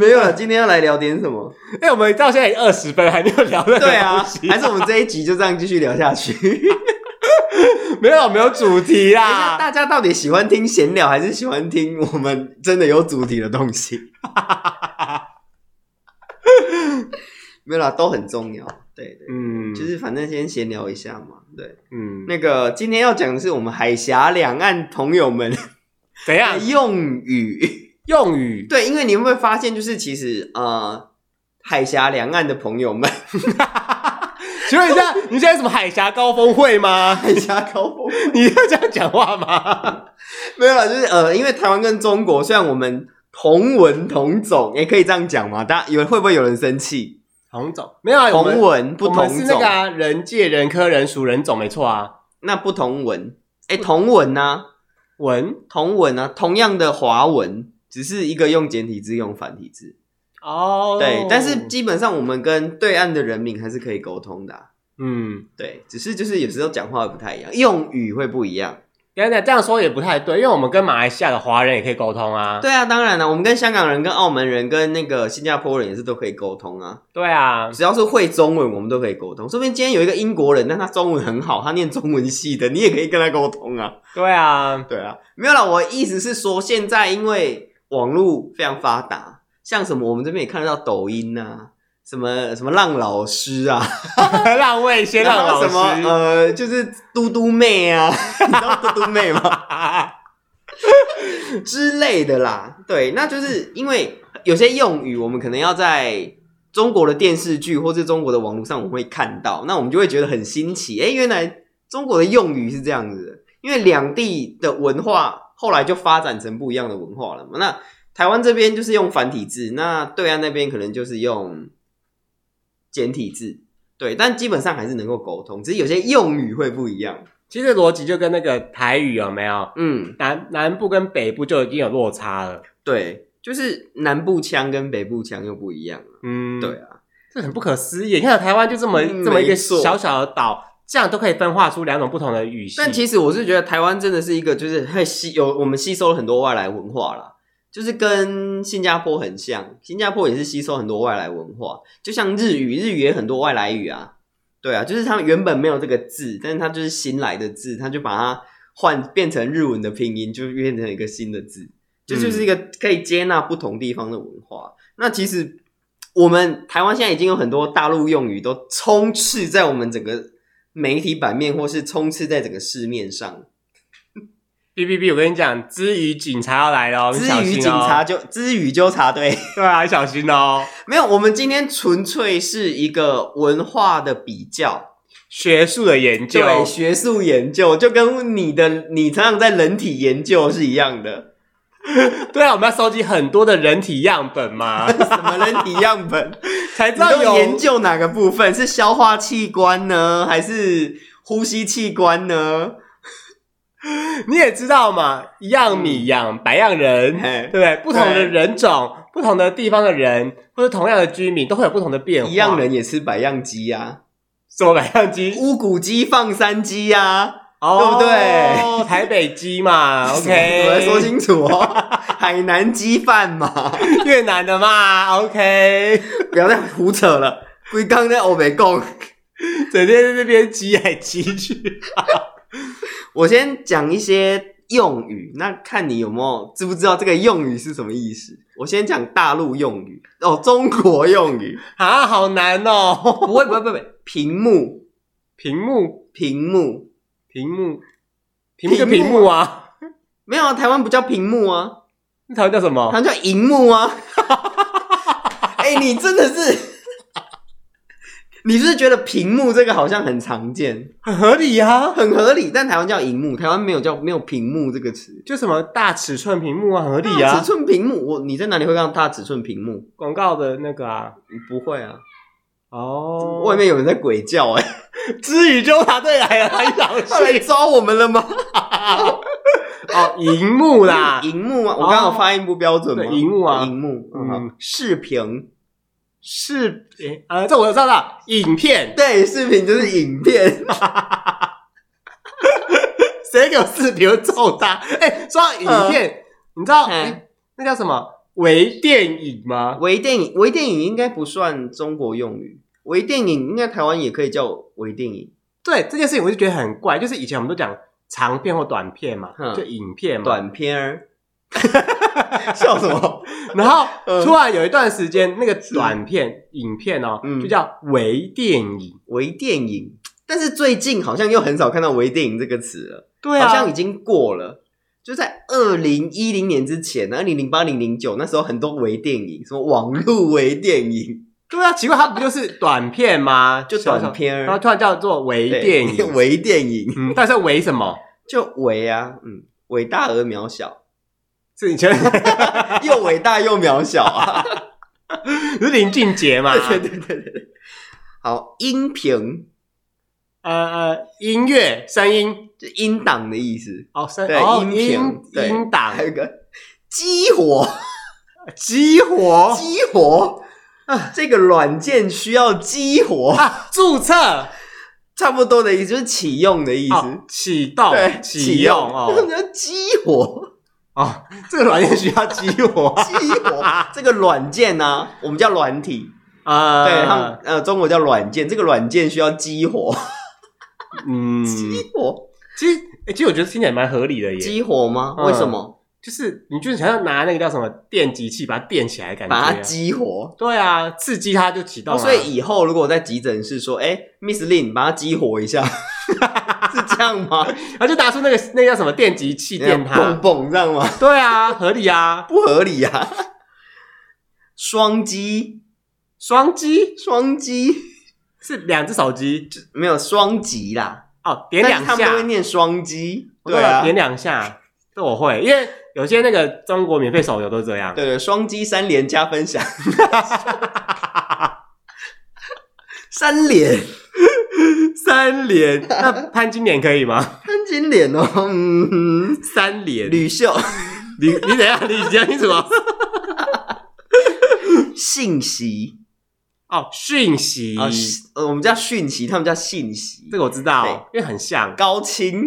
Speaker 1: 没有了。今天要来聊点什么？
Speaker 2: 哎、我们到现在已经二十分，还没有聊的
Speaker 1: 对啊， 还是我们这一集就这样继续聊下去？
Speaker 2: 没有没有主题
Speaker 1: 等一下
Speaker 2: 啦。
Speaker 1: 大家到底喜欢听闲聊，还是喜欢听我们真的有主题的东西？ 没有啦，都很重要。对对，
Speaker 2: 嗯，
Speaker 1: 就是反正先闲聊一下嘛。对，
Speaker 2: 嗯，
Speaker 1: 那个今天要讲的是我们海峡两岸朋友 们
Speaker 2: 怎样
Speaker 1: 的用语。
Speaker 2: 用语？
Speaker 1: 对，因为你会不会发现，就是其实呃，海峡两岸的朋友们，
Speaker 2: 请问一下，你现在有什么海峡高峰会吗？
Speaker 1: 海峡高峰
Speaker 2: 你要这样讲话吗？
Speaker 1: 没有啦，就是呃，因为台湾跟中国虽然我们同文同种，也、可以这样讲嘛，大家有会不会有人生气？
Speaker 2: 同种没有啊，我
Speaker 1: 同
Speaker 2: 们
Speaker 1: 文不
Speaker 2: 我
Speaker 1: 同
Speaker 2: 们
Speaker 1: 种，
Speaker 2: 是那个啊，人界、人科、人属、人种，没错啊。
Speaker 1: 那不同文，哎、同文呐、
Speaker 2: 文
Speaker 1: 同文啊，同样的华文，只是一个用简体字，用繁体字，
Speaker 2: 哦，
Speaker 1: 对，但是基本上我们跟对岸的人民还是可以沟通的啊、
Speaker 2: 嗯，
Speaker 1: 对，只是就是有时候讲话会不太一样，用语会不一样。
Speaker 2: 等一下这样说也不太对，因为我们跟马来西亚的华人也可以沟通啊。
Speaker 1: 对啊，当然了，我们跟香港人、跟澳门人、跟那个新加坡人也是都可以沟通啊。
Speaker 2: 对啊，
Speaker 1: 只要是会中文，我们都可以沟通。说不定今天有一个英国人，但他中文很好，他念中文系的，你也可以跟他沟通啊。
Speaker 2: 对啊，
Speaker 1: 对啊，没有啦，我意思是说，现在因为网络非常发达，像什么我们这边也看得到抖音啊，什么什么浪老师啊，
Speaker 2: 浪位先
Speaker 1: 然
Speaker 2: 浪
Speaker 1: 后
Speaker 2: 老师
Speaker 1: 什么呃，就是嘟嘟妹啊， 你知道嘟嘟妹 吗？之类的啦。对，那就是因为有些用语，我们可能要在中国的电视剧或是中国的网络上，我们会看到，那我们就会觉得很新奇。哎，原来中国的用语是这样子的，因为两地的文化后来就发展成不一样的文化了嘛。那台湾这边就是用繁体字，那对岸那边可能就是用简体字。对，但基本上还是能够沟通，只是有些用语会不一样。
Speaker 2: 其实逻辑就跟那个台语有没有？
Speaker 1: 嗯，
Speaker 2: 南南部跟北部就已经有落差了。
Speaker 1: 对，就是南部腔跟北部腔又不一样了。
Speaker 2: 嗯，
Speaker 1: 对，啊，
Speaker 2: 这很不可思议。你看台湾就这么、
Speaker 1: 嗯
Speaker 2: 这么一
Speaker 1: 没
Speaker 2: 个
Speaker 1: 错
Speaker 2: 小小的岛，这样都可以分化出两种不同的语系。
Speaker 1: 但其实我是觉得台湾真的是一个，就是会吸有我们吸收了很多外来文化啦，就是跟新加坡很像，新加坡也是吸收很多外来文化，就像日语，日语也很多外来语啊。对啊，就是他们原本没有这个字，但是它就是新来的字，他就把它换变成日文的拼音，就变成一个新的字，这就是一个可以接纳不同地方的文化。那其实我们台湾现在已经有很多大陆用语都充斥在我们整个媒体版面，或是充斥在整个市面上。
Speaker 2: B B B，我跟你讲，之语警察要来了哦，你
Speaker 1: 之
Speaker 2: 小
Speaker 1: 于
Speaker 2: 心哦
Speaker 1: 警察，就之于纠察队，
Speaker 2: 对啊，你小心哦。
Speaker 1: 没有。我们今天纯粹是一个文化的比较，
Speaker 2: 学术的研究，
Speaker 1: 对学术研究，就跟你的你常常在人体研究是一样的。
Speaker 2: 对啊，我们要收集很多的人体样 本嘛，
Speaker 1: 什么人体样 本？
Speaker 2: 才知
Speaker 1: 你
Speaker 2: 道
Speaker 1: 都
Speaker 2: 有
Speaker 1: 研究哪个部分？是消化器官呢，还是呼吸器官呢？
Speaker 2: 你也知道嘛，一样米养百样
Speaker 1: 嗯
Speaker 2: 人，对
Speaker 1: 嘿
Speaker 2: 不对？不同的
Speaker 1: 对
Speaker 2: 人种、不同的地方的人，或者同样的居民，都会有不同的变化。
Speaker 1: 一样人也吃百样鸡呀、
Speaker 2: 什么百样
Speaker 1: 啊，
Speaker 2: 鸡，
Speaker 1: 乌骨鸡放山鸡啊呀、
Speaker 2: 哦
Speaker 1: 对不对？
Speaker 2: 台北鸡 嘛，OK，
Speaker 1: 我要说清楚 哦，海南鸡饭嘛，
Speaker 2: 越南的 嘛，OK，
Speaker 1: 不要再胡扯了。龟刚在欧美共，
Speaker 2: 整天在这边鸡来鸡去。
Speaker 1: 我先讲一些用语，那看你有没有知不知道这个用语是什么意思。我先讲大陆用语哦，中国用语，
Speaker 2: 啊，好难哦！
Speaker 1: 不会不会不会，屏幕
Speaker 2: 屏幕，
Speaker 1: 屏幕
Speaker 2: 屏幕，屏幕就
Speaker 1: 屏
Speaker 2: 屏
Speaker 1: 幕
Speaker 2: 幕啊，
Speaker 1: 没有啊，台湾不叫屏幕啊，
Speaker 2: 那台湾叫什
Speaker 1: 台
Speaker 2: 么？
Speaker 1: 湾叫荧幕啊。哎、你真的是， 你是不是觉得屏幕这个好像很常见，
Speaker 2: 很合理啊，
Speaker 1: 很合理？但台湾叫荧幕，台湾没有叫没有屏幕这个词。
Speaker 2: 就什么大尺寸屏幕啊，很合理
Speaker 1: 大
Speaker 2: 啊
Speaker 1: 尺。寸屏幕，我你在哪里会看到大尺寸屏幕？
Speaker 2: 广告的那个啊，
Speaker 1: 不会啊，
Speaker 2: 哦，
Speaker 1: 外面有人在鬼叫哎、
Speaker 2: 知语纠察队来了，还想
Speaker 1: 他来
Speaker 2: 去？
Speaker 1: 抓我们了吗？
Speaker 2: 哦，荧幕 啦，
Speaker 1: 荧幕啊，我刚好发音不标准吗？
Speaker 2: 对荧幕啊
Speaker 1: 荧幕，嗯，
Speaker 2: 嗯
Speaker 1: 好视频，
Speaker 2: 视频呃，这我知道了，影片，
Speaker 1: 对，视频就是影片，
Speaker 2: 谁给我视频我揍他？哎、说到影片，你知道、
Speaker 1: 嗯
Speaker 2: 哎那叫什么微电影吗？
Speaker 1: 微电影，微电影应该不算中国用语，微电影应该台湾也可以叫微电影，
Speaker 2: 对这件事情，我就觉得很怪，就是以前我们都讲长片或短片嘛，
Speaker 1: 嗯
Speaker 2: 就影片嘛，
Speaker 1: 短片儿，,笑什么？
Speaker 2: 然后、
Speaker 1: 嗯
Speaker 2: 突然有一段时间，那个短片、影片哦，
Speaker 1: 嗯
Speaker 2: 就叫微电影。
Speaker 1: 微电影，但是最近好像又很少看到微电影这个词了。
Speaker 2: 对啊
Speaker 1: 好像已经过了，就在二零一零年之前，啊二零零八、零零九那时候很多微电影，什么网络微电影，
Speaker 2: 对啊，奇怪，它不就是短片吗？
Speaker 1: 就
Speaker 2: 小
Speaker 1: 短，片
Speaker 2: 然后
Speaker 1: 儿、
Speaker 2: 突然叫做微
Speaker 1: 对
Speaker 2: 电 影。
Speaker 1: 微电影
Speaker 2: 嗯，但是微什么？
Speaker 1: 就微啊，嗯，伟大而渺小，
Speaker 2: 是以前
Speaker 1: 又伟大又渺小啊，
Speaker 2: 是林俊杰嘛？
Speaker 1: 对对对对对。好，音频
Speaker 2: 呃呃，音乐声音
Speaker 1: 就音档的意思，
Speaker 2: 哦，声
Speaker 1: 对
Speaker 2: 哦
Speaker 1: 音频
Speaker 2: 音
Speaker 1: 对
Speaker 2: 音档
Speaker 1: 还有一个激活，
Speaker 2: 激活
Speaker 1: 激活。啊，这个软件需要激活，
Speaker 2: 啊，注册
Speaker 1: 差不多的意思就是启用的意思。
Speaker 2: 哦，启动
Speaker 1: 对，
Speaker 2: 启用
Speaker 1: 那
Speaker 2: 哦
Speaker 1: 叫激活，
Speaker 2: 哦， 这个软件需要激活
Speaker 1: 激活 这个软件呢、我们叫软体，
Speaker 2: 啊，
Speaker 1: 对他们呃，中国叫软件，这个软件需要激活，
Speaker 2: 嗯，
Speaker 1: 激活，
Speaker 2: 其实，欸其实我觉得听起来蛮合理的耶。
Speaker 1: 激活吗？
Speaker 2: 嗯
Speaker 1: 为什么
Speaker 2: 就是你就是想要拿那个叫什么电击器把它电起来，感觉、
Speaker 1: 把
Speaker 2: 啊、
Speaker 1: 它激活？
Speaker 2: 对啊，刺激它就启动、
Speaker 1: 哦
Speaker 2: 啊
Speaker 1: 所以以后如果我在急诊室说，哎，Miss Lin，把它激活一下， 是这样吗？
Speaker 2: 然后就拿出那个那个叫什么电击器电它
Speaker 1: 蹦。蹦这样吗？
Speaker 2: 对啊，合理啊，
Speaker 1: 不合理啊！双击，
Speaker 2: 双击
Speaker 1: 双击
Speaker 2: 是两只手机
Speaker 1: 没有双击啦，
Speaker 2: 哦，点
Speaker 1: 但
Speaker 2: 两
Speaker 1: 是他们
Speaker 2: 下
Speaker 1: 都，会念双击，
Speaker 2: 我
Speaker 1: 对啊，
Speaker 2: 点两下，这我会，因为有些那个中国免费手游都这样。
Speaker 1: 对对，呃双击三连加分 享，三连
Speaker 2: 三连，那潘金莲可以吗？
Speaker 1: 潘金莲哦，嗯，
Speaker 2: 三连，你
Speaker 1: 吕秀
Speaker 2: 你等一下，你讲清楚哦。
Speaker 1: 信息
Speaker 2: 哦，讯息
Speaker 1: 啊、信呃我们叫讯息，他们叫信息
Speaker 2: 这，个我知道，因为很像
Speaker 1: 高清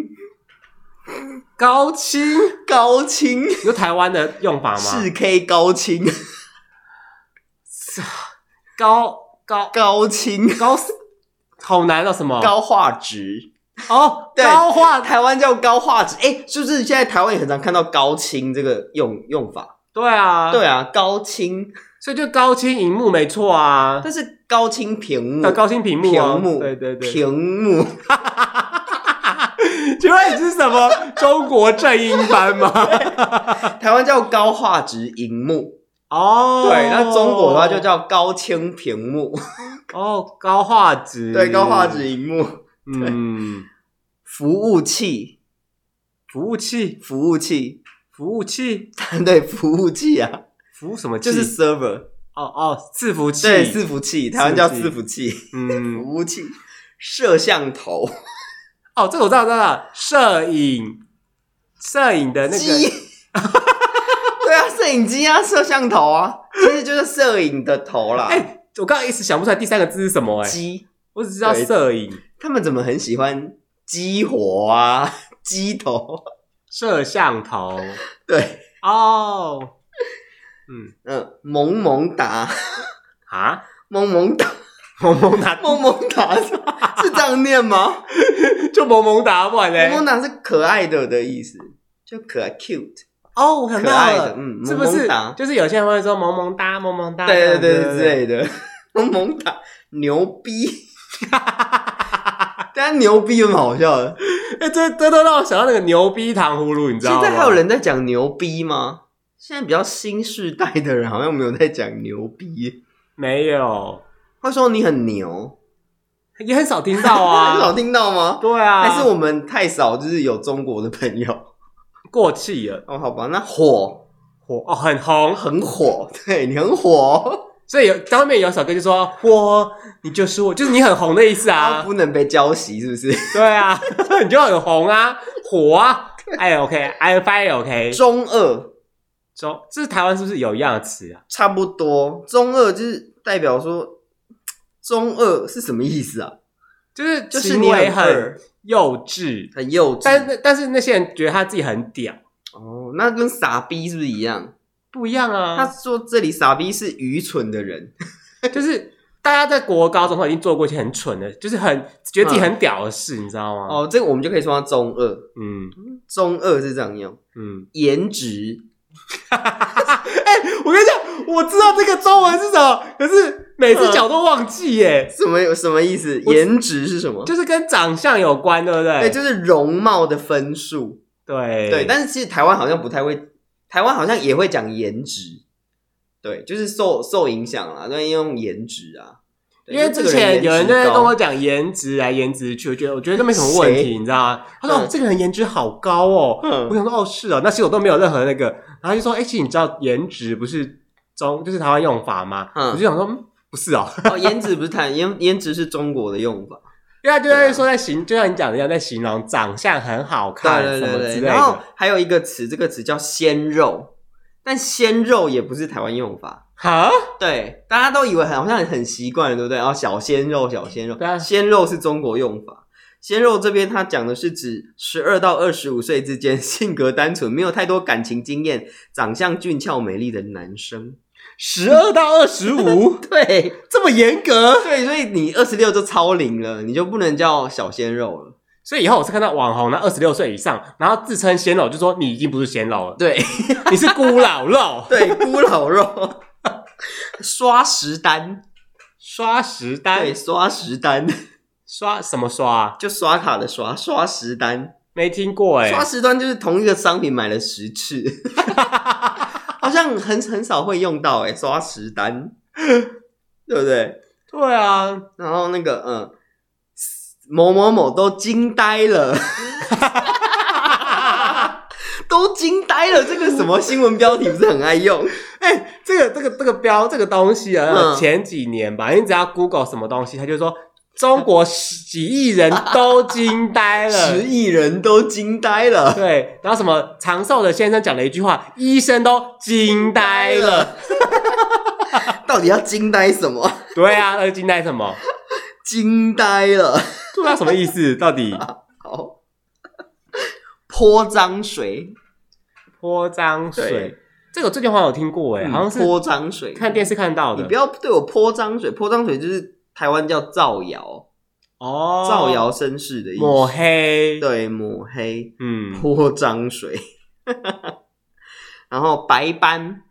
Speaker 2: 高清，你
Speaker 1: 高清
Speaker 2: 说台湾的用法吗？
Speaker 1: 四 K 高清
Speaker 2: 高高
Speaker 1: 高清
Speaker 2: 高，好难哦，什么
Speaker 1: 高画质，
Speaker 2: 哦
Speaker 1: 对
Speaker 2: 高画
Speaker 1: 台湾叫高画质，哎，是不是现在台湾也很常看到高清这个用用法？
Speaker 2: 对啊，
Speaker 1: 对，啊，高清，
Speaker 2: 所以就高清荧幕没错啊，
Speaker 1: 但是高清屏幕
Speaker 2: 那，高清屏幕哦
Speaker 1: 屏幕
Speaker 2: 对对对。
Speaker 1: 屏幕。
Speaker 2: 请问你是什么中国正音班吗？
Speaker 1: 台湾叫高画质荧幕，
Speaker 2: 哦，
Speaker 1: 对，那中国的话就叫高清屏幕，
Speaker 2: 哦高画质，
Speaker 1: 对，高画质，荧幕，
Speaker 2: 嗯，
Speaker 1: 服务器，
Speaker 2: 服务器，
Speaker 1: 服务器，
Speaker 2: 服务器，
Speaker 1: 对，服务器啊，
Speaker 2: 服务什么器？
Speaker 1: 就是 server，
Speaker 2: 哦哦伺服器，
Speaker 1: 对，伺服器，台湾叫伺服器，
Speaker 2: 嗯，
Speaker 1: 服务器，摄像头，
Speaker 2: 哦，这个我知道，知道知道，摄影，摄影的那
Speaker 1: 机
Speaker 2: 个，
Speaker 1: 对啊，摄影机啊，摄像头啊，其实就是摄影的头啦
Speaker 2: 哎、，我刚刚一时想不出来第三个字是什么、哎，
Speaker 1: 机，
Speaker 2: 我只知道
Speaker 1: 对
Speaker 2: 摄影、
Speaker 1: 他们怎么很喜欢激活啊， 鸡头，
Speaker 2: 摄像头，
Speaker 1: 对，
Speaker 2: 哦，嗯
Speaker 1: 嗯，萌萌哒，
Speaker 2: 啊，
Speaker 1: 萌萌哒。
Speaker 2: 萌萌哒，
Speaker 1: 萌萌哒 是是这样念吗？
Speaker 2: 就萌萌哒，不然
Speaker 1: 萌
Speaker 2: 嘞
Speaker 1: 萌，哒是可爱的的意思，就可爱 cute
Speaker 2: 哦，我想
Speaker 1: 可
Speaker 2: 到
Speaker 1: 爱
Speaker 2: 了
Speaker 1: 的，，嗯，
Speaker 2: 是
Speaker 1: 萌
Speaker 2: 不
Speaker 1: 萌
Speaker 2: 是
Speaker 1: 哒？，
Speaker 2: 就是有些人会说萌萌哒，萌萌哒，
Speaker 1: 对对对对之
Speaker 2: 对，
Speaker 1: 类的，萌萌哒牛逼， 但牛逼有什么好笑的？
Speaker 2: 哎、这这都让我想到那个牛逼糖葫芦，你知道
Speaker 1: 现
Speaker 2: 吗？
Speaker 1: 在还有人在讲牛逼吗？现在比较新世代的人好像没有在讲牛逼，
Speaker 2: 没有，
Speaker 1: 会说你很牛，
Speaker 2: 也很少听到
Speaker 1: 很少
Speaker 2: 啊，
Speaker 1: 听到吗？
Speaker 2: 对啊，
Speaker 1: 还是我们太少就是有中国的朋友
Speaker 2: 过气了，
Speaker 1: 哦？好吧，那火
Speaker 2: 火哦很红，
Speaker 1: 很火， 对你很火。
Speaker 2: 所以有当面有首歌就说“我，你就是我”，就是你很红的意思
Speaker 1: 他
Speaker 2: 啊。
Speaker 1: 不能被浇熄，是不是？
Speaker 2: 对啊，你就很红啊，火啊，哎，OK，I'm fine，OK。
Speaker 1: 中二
Speaker 2: 中，这是台湾是不是有一样的词啊？
Speaker 1: 差不多，中二就是代表说，中二是什么意思啊？
Speaker 2: 就是
Speaker 1: 就是
Speaker 2: 行
Speaker 1: 你
Speaker 2: 为很
Speaker 1: 二，
Speaker 2: 幼稚，
Speaker 1: 很幼
Speaker 2: 但
Speaker 1: 稚。
Speaker 2: 是但是那些人觉得他自己很屌，
Speaker 1: 哦，那跟傻逼是不是一样？
Speaker 2: 不一样
Speaker 1: 他
Speaker 2: 啊。
Speaker 1: 说这里傻逼是愚蠢的人，
Speaker 2: 就是大家在国高中都已经做过一些很蠢的，就是很觉得自己很屌的事，你知道吗？
Speaker 1: 哦，这个我们就可以说他中二。
Speaker 2: 嗯
Speaker 1: 中二是这样用，
Speaker 2: 嗯。
Speaker 1: 颜值
Speaker 2: 哎我跟你讲，我知道这个中文是什么，可是每次讲都忘记耶，
Speaker 1: 什么什么意思？
Speaker 2: 我
Speaker 1: 颜值是什么？
Speaker 2: 就是跟长相有关，对不对？
Speaker 1: 对，就是容貌的分数。
Speaker 2: 对
Speaker 1: 对，但是其实台湾好像不太会，台湾好像也会讲颜值。对，就是受受影响啦，那用颜值啊。对
Speaker 2: 因为之前有人在跟我
Speaker 1: 就
Speaker 2: 讲颜值来颜值去，我觉得我觉得这没什么问
Speaker 1: 谁
Speaker 2: 题，你知道吗？他说、
Speaker 1: 嗯
Speaker 2: 哦这个人颜值好高哦，
Speaker 1: 嗯
Speaker 2: 我想说哦是哦，那其实我都没有任何那个，然后他就说哎、其实你知道颜值不是中就是台湾用法吗？
Speaker 1: 嗯
Speaker 2: 我就想说嗯不是哦，
Speaker 1: 这个人颜值高 哦，颜值不是台颜颜值是中国的用法。
Speaker 2: 因为他就
Speaker 1: 啊
Speaker 2: 在说在形，就像你讲的一样，在形容长相很好 看
Speaker 1: 对
Speaker 2: 什
Speaker 1: 对
Speaker 2: 么
Speaker 1: 对对，
Speaker 2: 之类
Speaker 1: 然后
Speaker 2: 的，
Speaker 1: 还有一个词，这个词叫鲜肉，但鲜肉也不是台湾用法。
Speaker 2: 哈，
Speaker 1: 对，大家都以为很好像很习惯了，对不对？然后小鲜肉，小鲜肉
Speaker 2: 对啊，
Speaker 1: 鲜肉是中国用法。鲜肉这边它讲的是指十二到二十五岁之间， 性格单纯，没有太多感情经验，长相俊俏美丽的男生。
Speaker 2: 十二到二十五
Speaker 1: 对
Speaker 2: 这么严格，
Speaker 1: 对，所以你二十六就超龄了，你就不能叫小鲜肉了。
Speaker 2: 所以以后我是看到网红那二十六岁以上，然后自称鲜肉，就说你已经不是鲜肉了，
Speaker 1: 对
Speaker 2: 你是孤老 肉。
Speaker 1: 对，孤老 肉，刷食单。
Speaker 2: 刷十单
Speaker 1: 对，，刷实单
Speaker 2: 刷什么刷、啊？
Speaker 1: 就刷卡的刷，刷实单，
Speaker 2: 没听过哎、
Speaker 1: 刷实单就是同一个商品买了十 次，好像很很少会用到哎、刷实单， 对不对？
Speaker 2: 对啊，
Speaker 1: 然后那个嗯，某某某都惊呆 了，都惊呆了，这个什么新闻标题不是很爱 用？
Speaker 2: 哎、这个这个这个标这个东西啊，
Speaker 1: 嗯
Speaker 2: 前几年吧，你只要 Google 什么东西，他就说中国十几亿人都惊呆
Speaker 1: 十
Speaker 2: 了。
Speaker 1: 亿人都惊呆了，
Speaker 2: 对，然后什么长寿的先生讲了一句话，医生都惊呆了。，
Speaker 1: 到底要惊呆什么？
Speaker 2: 对啊，那就惊呆什么？
Speaker 1: 惊呆了。
Speaker 2: 对啊，什么意思？到 底
Speaker 1: 好，泼脏水，
Speaker 2: 泼脏水
Speaker 1: 对？
Speaker 2: 这个我最近好像有听过哎、好像是
Speaker 1: 嗯泼脏水。
Speaker 2: 看电视看到
Speaker 1: 你
Speaker 2: 的
Speaker 1: 不。要对我泼脏水，泼脏水就是台湾叫造谣，
Speaker 2: 哦，
Speaker 1: 造谣生事的意
Speaker 2: 抹
Speaker 1: 思。
Speaker 2: 黑。，
Speaker 1: 对，抹黑，
Speaker 2: 嗯，
Speaker 1: 泼脏水。 然后白斑，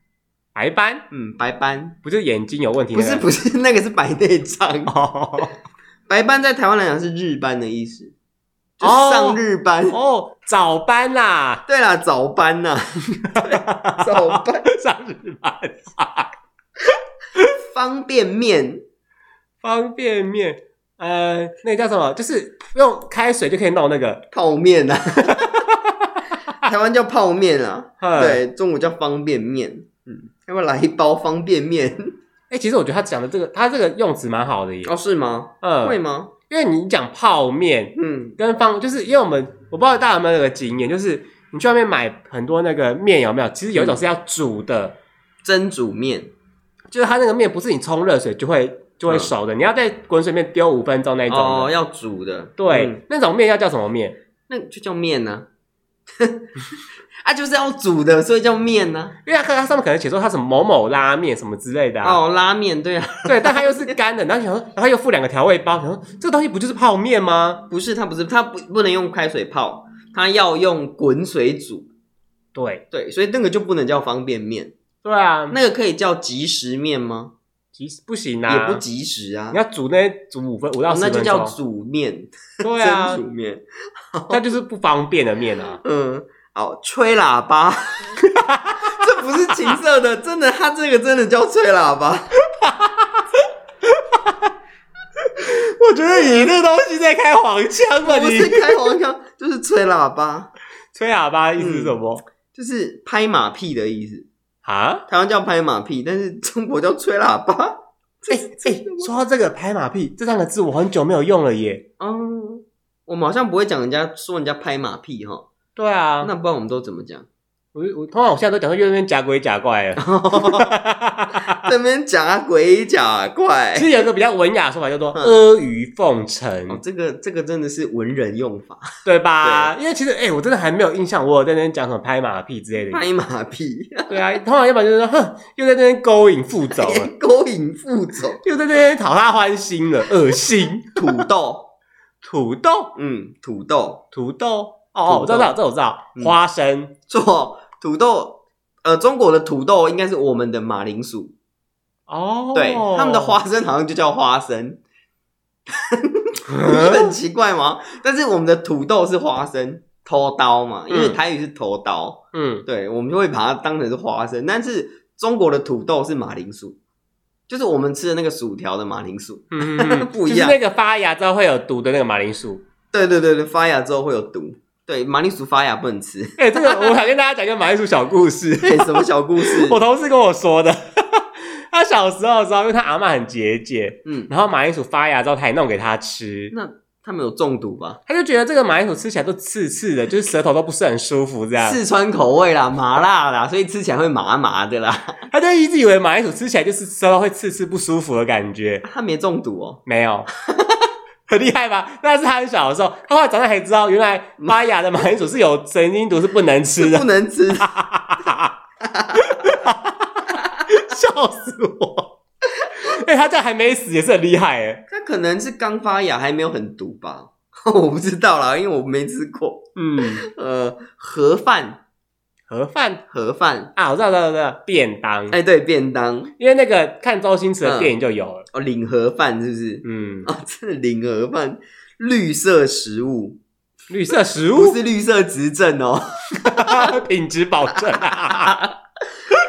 Speaker 2: 白斑。
Speaker 1: 嗯，白斑
Speaker 2: 不就是眼睛有问题
Speaker 1: 不
Speaker 2: 那
Speaker 1: 是
Speaker 2: 个？
Speaker 1: 不是， 那个是白内障。
Speaker 2: 哦
Speaker 1: 白斑在台湾来讲是日班的意思，就是
Speaker 2: 哦
Speaker 1: 上日班。
Speaker 2: 哦，早班啦，
Speaker 1: 对啦，早班 呐、对早班
Speaker 2: 上日班，
Speaker 1: 方便面，
Speaker 2: 方便面，呃，那个叫什么？就是用开水就可以弄那个，
Speaker 1: 泡 面啊，台湾叫泡面啊，
Speaker 2: 嗯，
Speaker 1: 对，中国叫方便面。嗯，要不要来一包方便 面？
Speaker 2: 哎、其实我觉得他讲的这个，他这个用词蛮好的耶，
Speaker 1: 哦，是吗？
Speaker 2: 嗯，
Speaker 1: 会吗？
Speaker 2: 因为你讲泡面
Speaker 1: 嗯，
Speaker 2: 跟方，就是因为我们我不知道大家有没有那个经验，就是你去外面买很多那个面有没有？其实有一种是要煮的，
Speaker 1: 蒸煮面，
Speaker 2: 就是它那个面不是你冲热水就会就会
Speaker 1: 嗯
Speaker 2: 熟的，你要在滚水面丢五分钟那一种的。
Speaker 1: 哦，要煮的，
Speaker 2: 对，
Speaker 1: 嗯
Speaker 2: 那种面要叫什么面？
Speaker 1: 那就叫面呢。 啊，就是要煮的，所以叫面啊呢。
Speaker 2: 因为它它上面可能写说它什么某某拉面什么之类的、啊，
Speaker 1: 哦，拉面，对啊，
Speaker 2: 对，但它又是干的，然后想说，然后又附两个调味包，想说这个东西不就是泡面吗？
Speaker 1: 不是，它不是，它不不能用开水泡，它要用滚水煮。
Speaker 2: 对，
Speaker 1: 对，所以那个就不能叫方便面，
Speaker 2: 对啊，
Speaker 1: 那个可以叫即食面吗？
Speaker 2: 其实不行
Speaker 1: 也
Speaker 2: 啊，
Speaker 1: 不及时啊
Speaker 2: 你。要煮那煮五分五到
Speaker 1: 哦
Speaker 2: 十
Speaker 1: 那就
Speaker 2: 分钟，
Speaker 1: 叫煮面，
Speaker 2: 对啊
Speaker 1: 蒸，煮面。
Speaker 2: 那就是不方便的面啊。
Speaker 1: 嗯，好，吹喇叭， 这不是情色的，真的，他这个真的叫吹喇叭。
Speaker 2: 我觉得你那东西在开黄腔啊 吧
Speaker 1: 不是开黄腔，就是吹喇叭，
Speaker 2: 吹喇叭意思是什么、
Speaker 1: 就是拍马屁的意思。
Speaker 2: 啊？
Speaker 1: 台湾叫拍马屁，但是中国叫吹喇叭。
Speaker 2: 哎哎、说到这个拍马屁这三个字，我很久没有用了耶。
Speaker 1: 嗯，我们好像不会讲人家说人家拍马屁哈。
Speaker 2: 对啊，
Speaker 1: 那不然我们都怎么讲？
Speaker 2: 我我通常我现在都讲说右边假鬼假怪 了。
Speaker 1: 这边讲啊鬼假怪
Speaker 2: 其，实有一个比较文雅的说法叫做
Speaker 1: 嗯
Speaker 2: 阿谀奉承，
Speaker 1: 哦，这个这个真的是文人用法，
Speaker 2: 对吧？因为其实哎、我真的还没有印象，我有在那边讲什么拍马屁之类的。
Speaker 1: 拍马屁，
Speaker 2: 对啊，通常要不然就是说，哼，又在那边勾引副 总了，
Speaker 1: 勾引副总，
Speaker 2: 又在那边讨他欢心了，恶心。
Speaker 1: 土豆，
Speaker 2: 土豆，
Speaker 1: 嗯，土豆
Speaker 2: 土豆，哦，
Speaker 1: 土豆
Speaker 2: 我知道，这我知道，
Speaker 1: 嗯
Speaker 2: 花生，
Speaker 1: 做土豆，呃，中国的土豆应该是我们的马铃薯，
Speaker 2: 哦，
Speaker 1: 对，他们的 花生好像就叫花生，
Speaker 2: 嗯
Speaker 1: 不是很奇怪吗？但是我们的土豆是花生，头刀嘛，因为
Speaker 2: 嗯
Speaker 1: 台语是头刀，
Speaker 2: 嗯，
Speaker 1: 对，我们就会把它当成是花生，但是中国的土豆是马铃薯，就是我们吃的那个薯条的马铃薯。
Speaker 2: 嗯嗯，嗯
Speaker 1: 不一样
Speaker 2: 就是那个发芽之后会有毒的那个马铃薯。
Speaker 1: 对对对对，发芽之后会有毒。对，马铃薯发芽不能 吃。
Speaker 2: 哎、这个我想跟大家讲一个马铃薯小故事。
Speaker 1: 对，什么小故事？
Speaker 2: 我同事跟我说的。 他小时候的时候，因为他阿嬷很节俭，
Speaker 1: 嗯，
Speaker 2: 然后马铃薯发芽之后，他也弄给他吃，
Speaker 1: 那他们有中毒吧？
Speaker 2: 他就觉得这个马铃薯吃起来都刺刺的，就是舌头都不是很舒服这样。
Speaker 1: 四川口味啦，麻辣啦，所以吃起来会麻麻的啦。
Speaker 2: 他就一直以为马铃薯吃起来就是舌头会刺刺不舒服的感觉，
Speaker 1: 他没中毒哦，
Speaker 2: 没有，很厉害吧？那是他很小的时候，他后来长大才知道，原来
Speaker 1: 嗯
Speaker 2: 发芽的马铃薯是有神经毒，是啊不能 吃的
Speaker 1: 不。能吃。
Speaker 2: 笑死我！哎、他这样还没死也是很厉害哎。
Speaker 1: 它可能是刚发芽，还没有很毒吧？ 我不知道啦，因为我没吃过。
Speaker 2: 嗯，
Speaker 1: 呃，盒饭，
Speaker 2: 盒饭
Speaker 1: 盒饭，
Speaker 2: 啊，我知道，知道，知道，便当。
Speaker 1: 哎，对，便当
Speaker 2: 因为那个看周星驰的电影就有了。
Speaker 1: 哦，领盒饭是不是？
Speaker 2: 嗯，
Speaker 1: 啊，真的领盒饭，绿色食物，
Speaker 2: 绿色食
Speaker 1: 不
Speaker 2: 物
Speaker 1: 是绿色执政哦，
Speaker 2: 品质保证、啊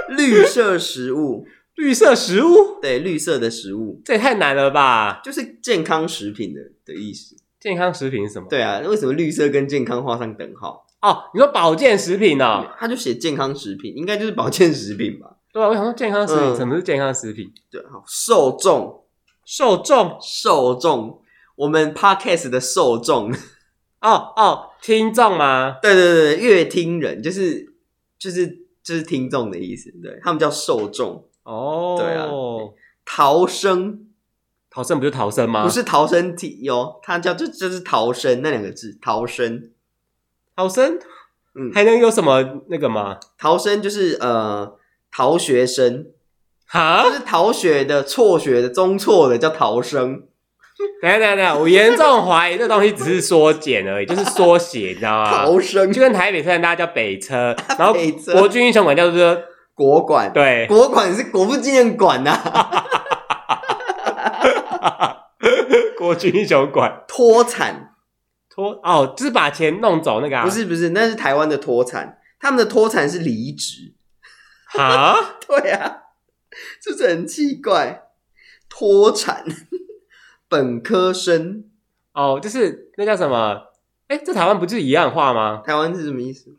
Speaker 1: 绿色食物，
Speaker 2: 绿色食物
Speaker 1: 对，绿色的食物
Speaker 2: 这也太难了吧？
Speaker 1: 就是健康食品的的意思。
Speaker 2: 健康食品是什么？
Speaker 1: 对啊，为什么绿色跟健康画上等号？
Speaker 2: 哦，你说保健食品哦？
Speaker 1: 他就写健康食品，应该就是保健食品吧？
Speaker 2: 对啊，我想说健康食品、
Speaker 1: 嗯
Speaker 2: 什么是健康食品？
Speaker 1: 对，好，受众，
Speaker 2: 受众
Speaker 1: 受众，我们 podcast 的受众，
Speaker 2: 哦哦，听众吗？
Speaker 1: 对对对，乐听人就是就是就是听众的意思，对他们叫受众。
Speaker 2: 哦，
Speaker 1: 对啊逃生
Speaker 2: 逃生不就逃生吗？
Speaker 1: 不是逃生体哟，它叫这这是逃生那两个字，逃生，
Speaker 2: 逃生，
Speaker 1: 嗯
Speaker 2: 还能有什么那个吗？
Speaker 1: 逃生就是呃逃学生，
Speaker 2: 哈
Speaker 1: 就，是逃学的、辍学的、中辍的叫逃生。
Speaker 2: 等一下等一下等一下，我严重怀疑这东西只是缩减 而已，就是缩写，你知道吗？
Speaker 1: 逃生
Speaker 2: 就跟台北车站大家叫北 车，然后
Speaker 1: 北车
Speaker 2: 国军英雄馆叫做
Speaker 1: 国馆，
Speaker 2: 对，
Speaker 1: 国馆是国父纪念馆啊呐、
Speaker 2: 国军英雄馆
Speaker 1: 脱产
Speaker 2: 拖哦，就是把钱弄走那个啊？
Speaker 1: 不是不是，那是台湾的脱产，他们的脱产是离职。
Speaker 2: 哈，
Speaker 1: 对啊，是不是很奇怪？脱产， 本科生，
Speaker 2: 哦，就是那叫什么？哎，这台湾不是一样话吗？
Speaker 1: 台湾是什么意思？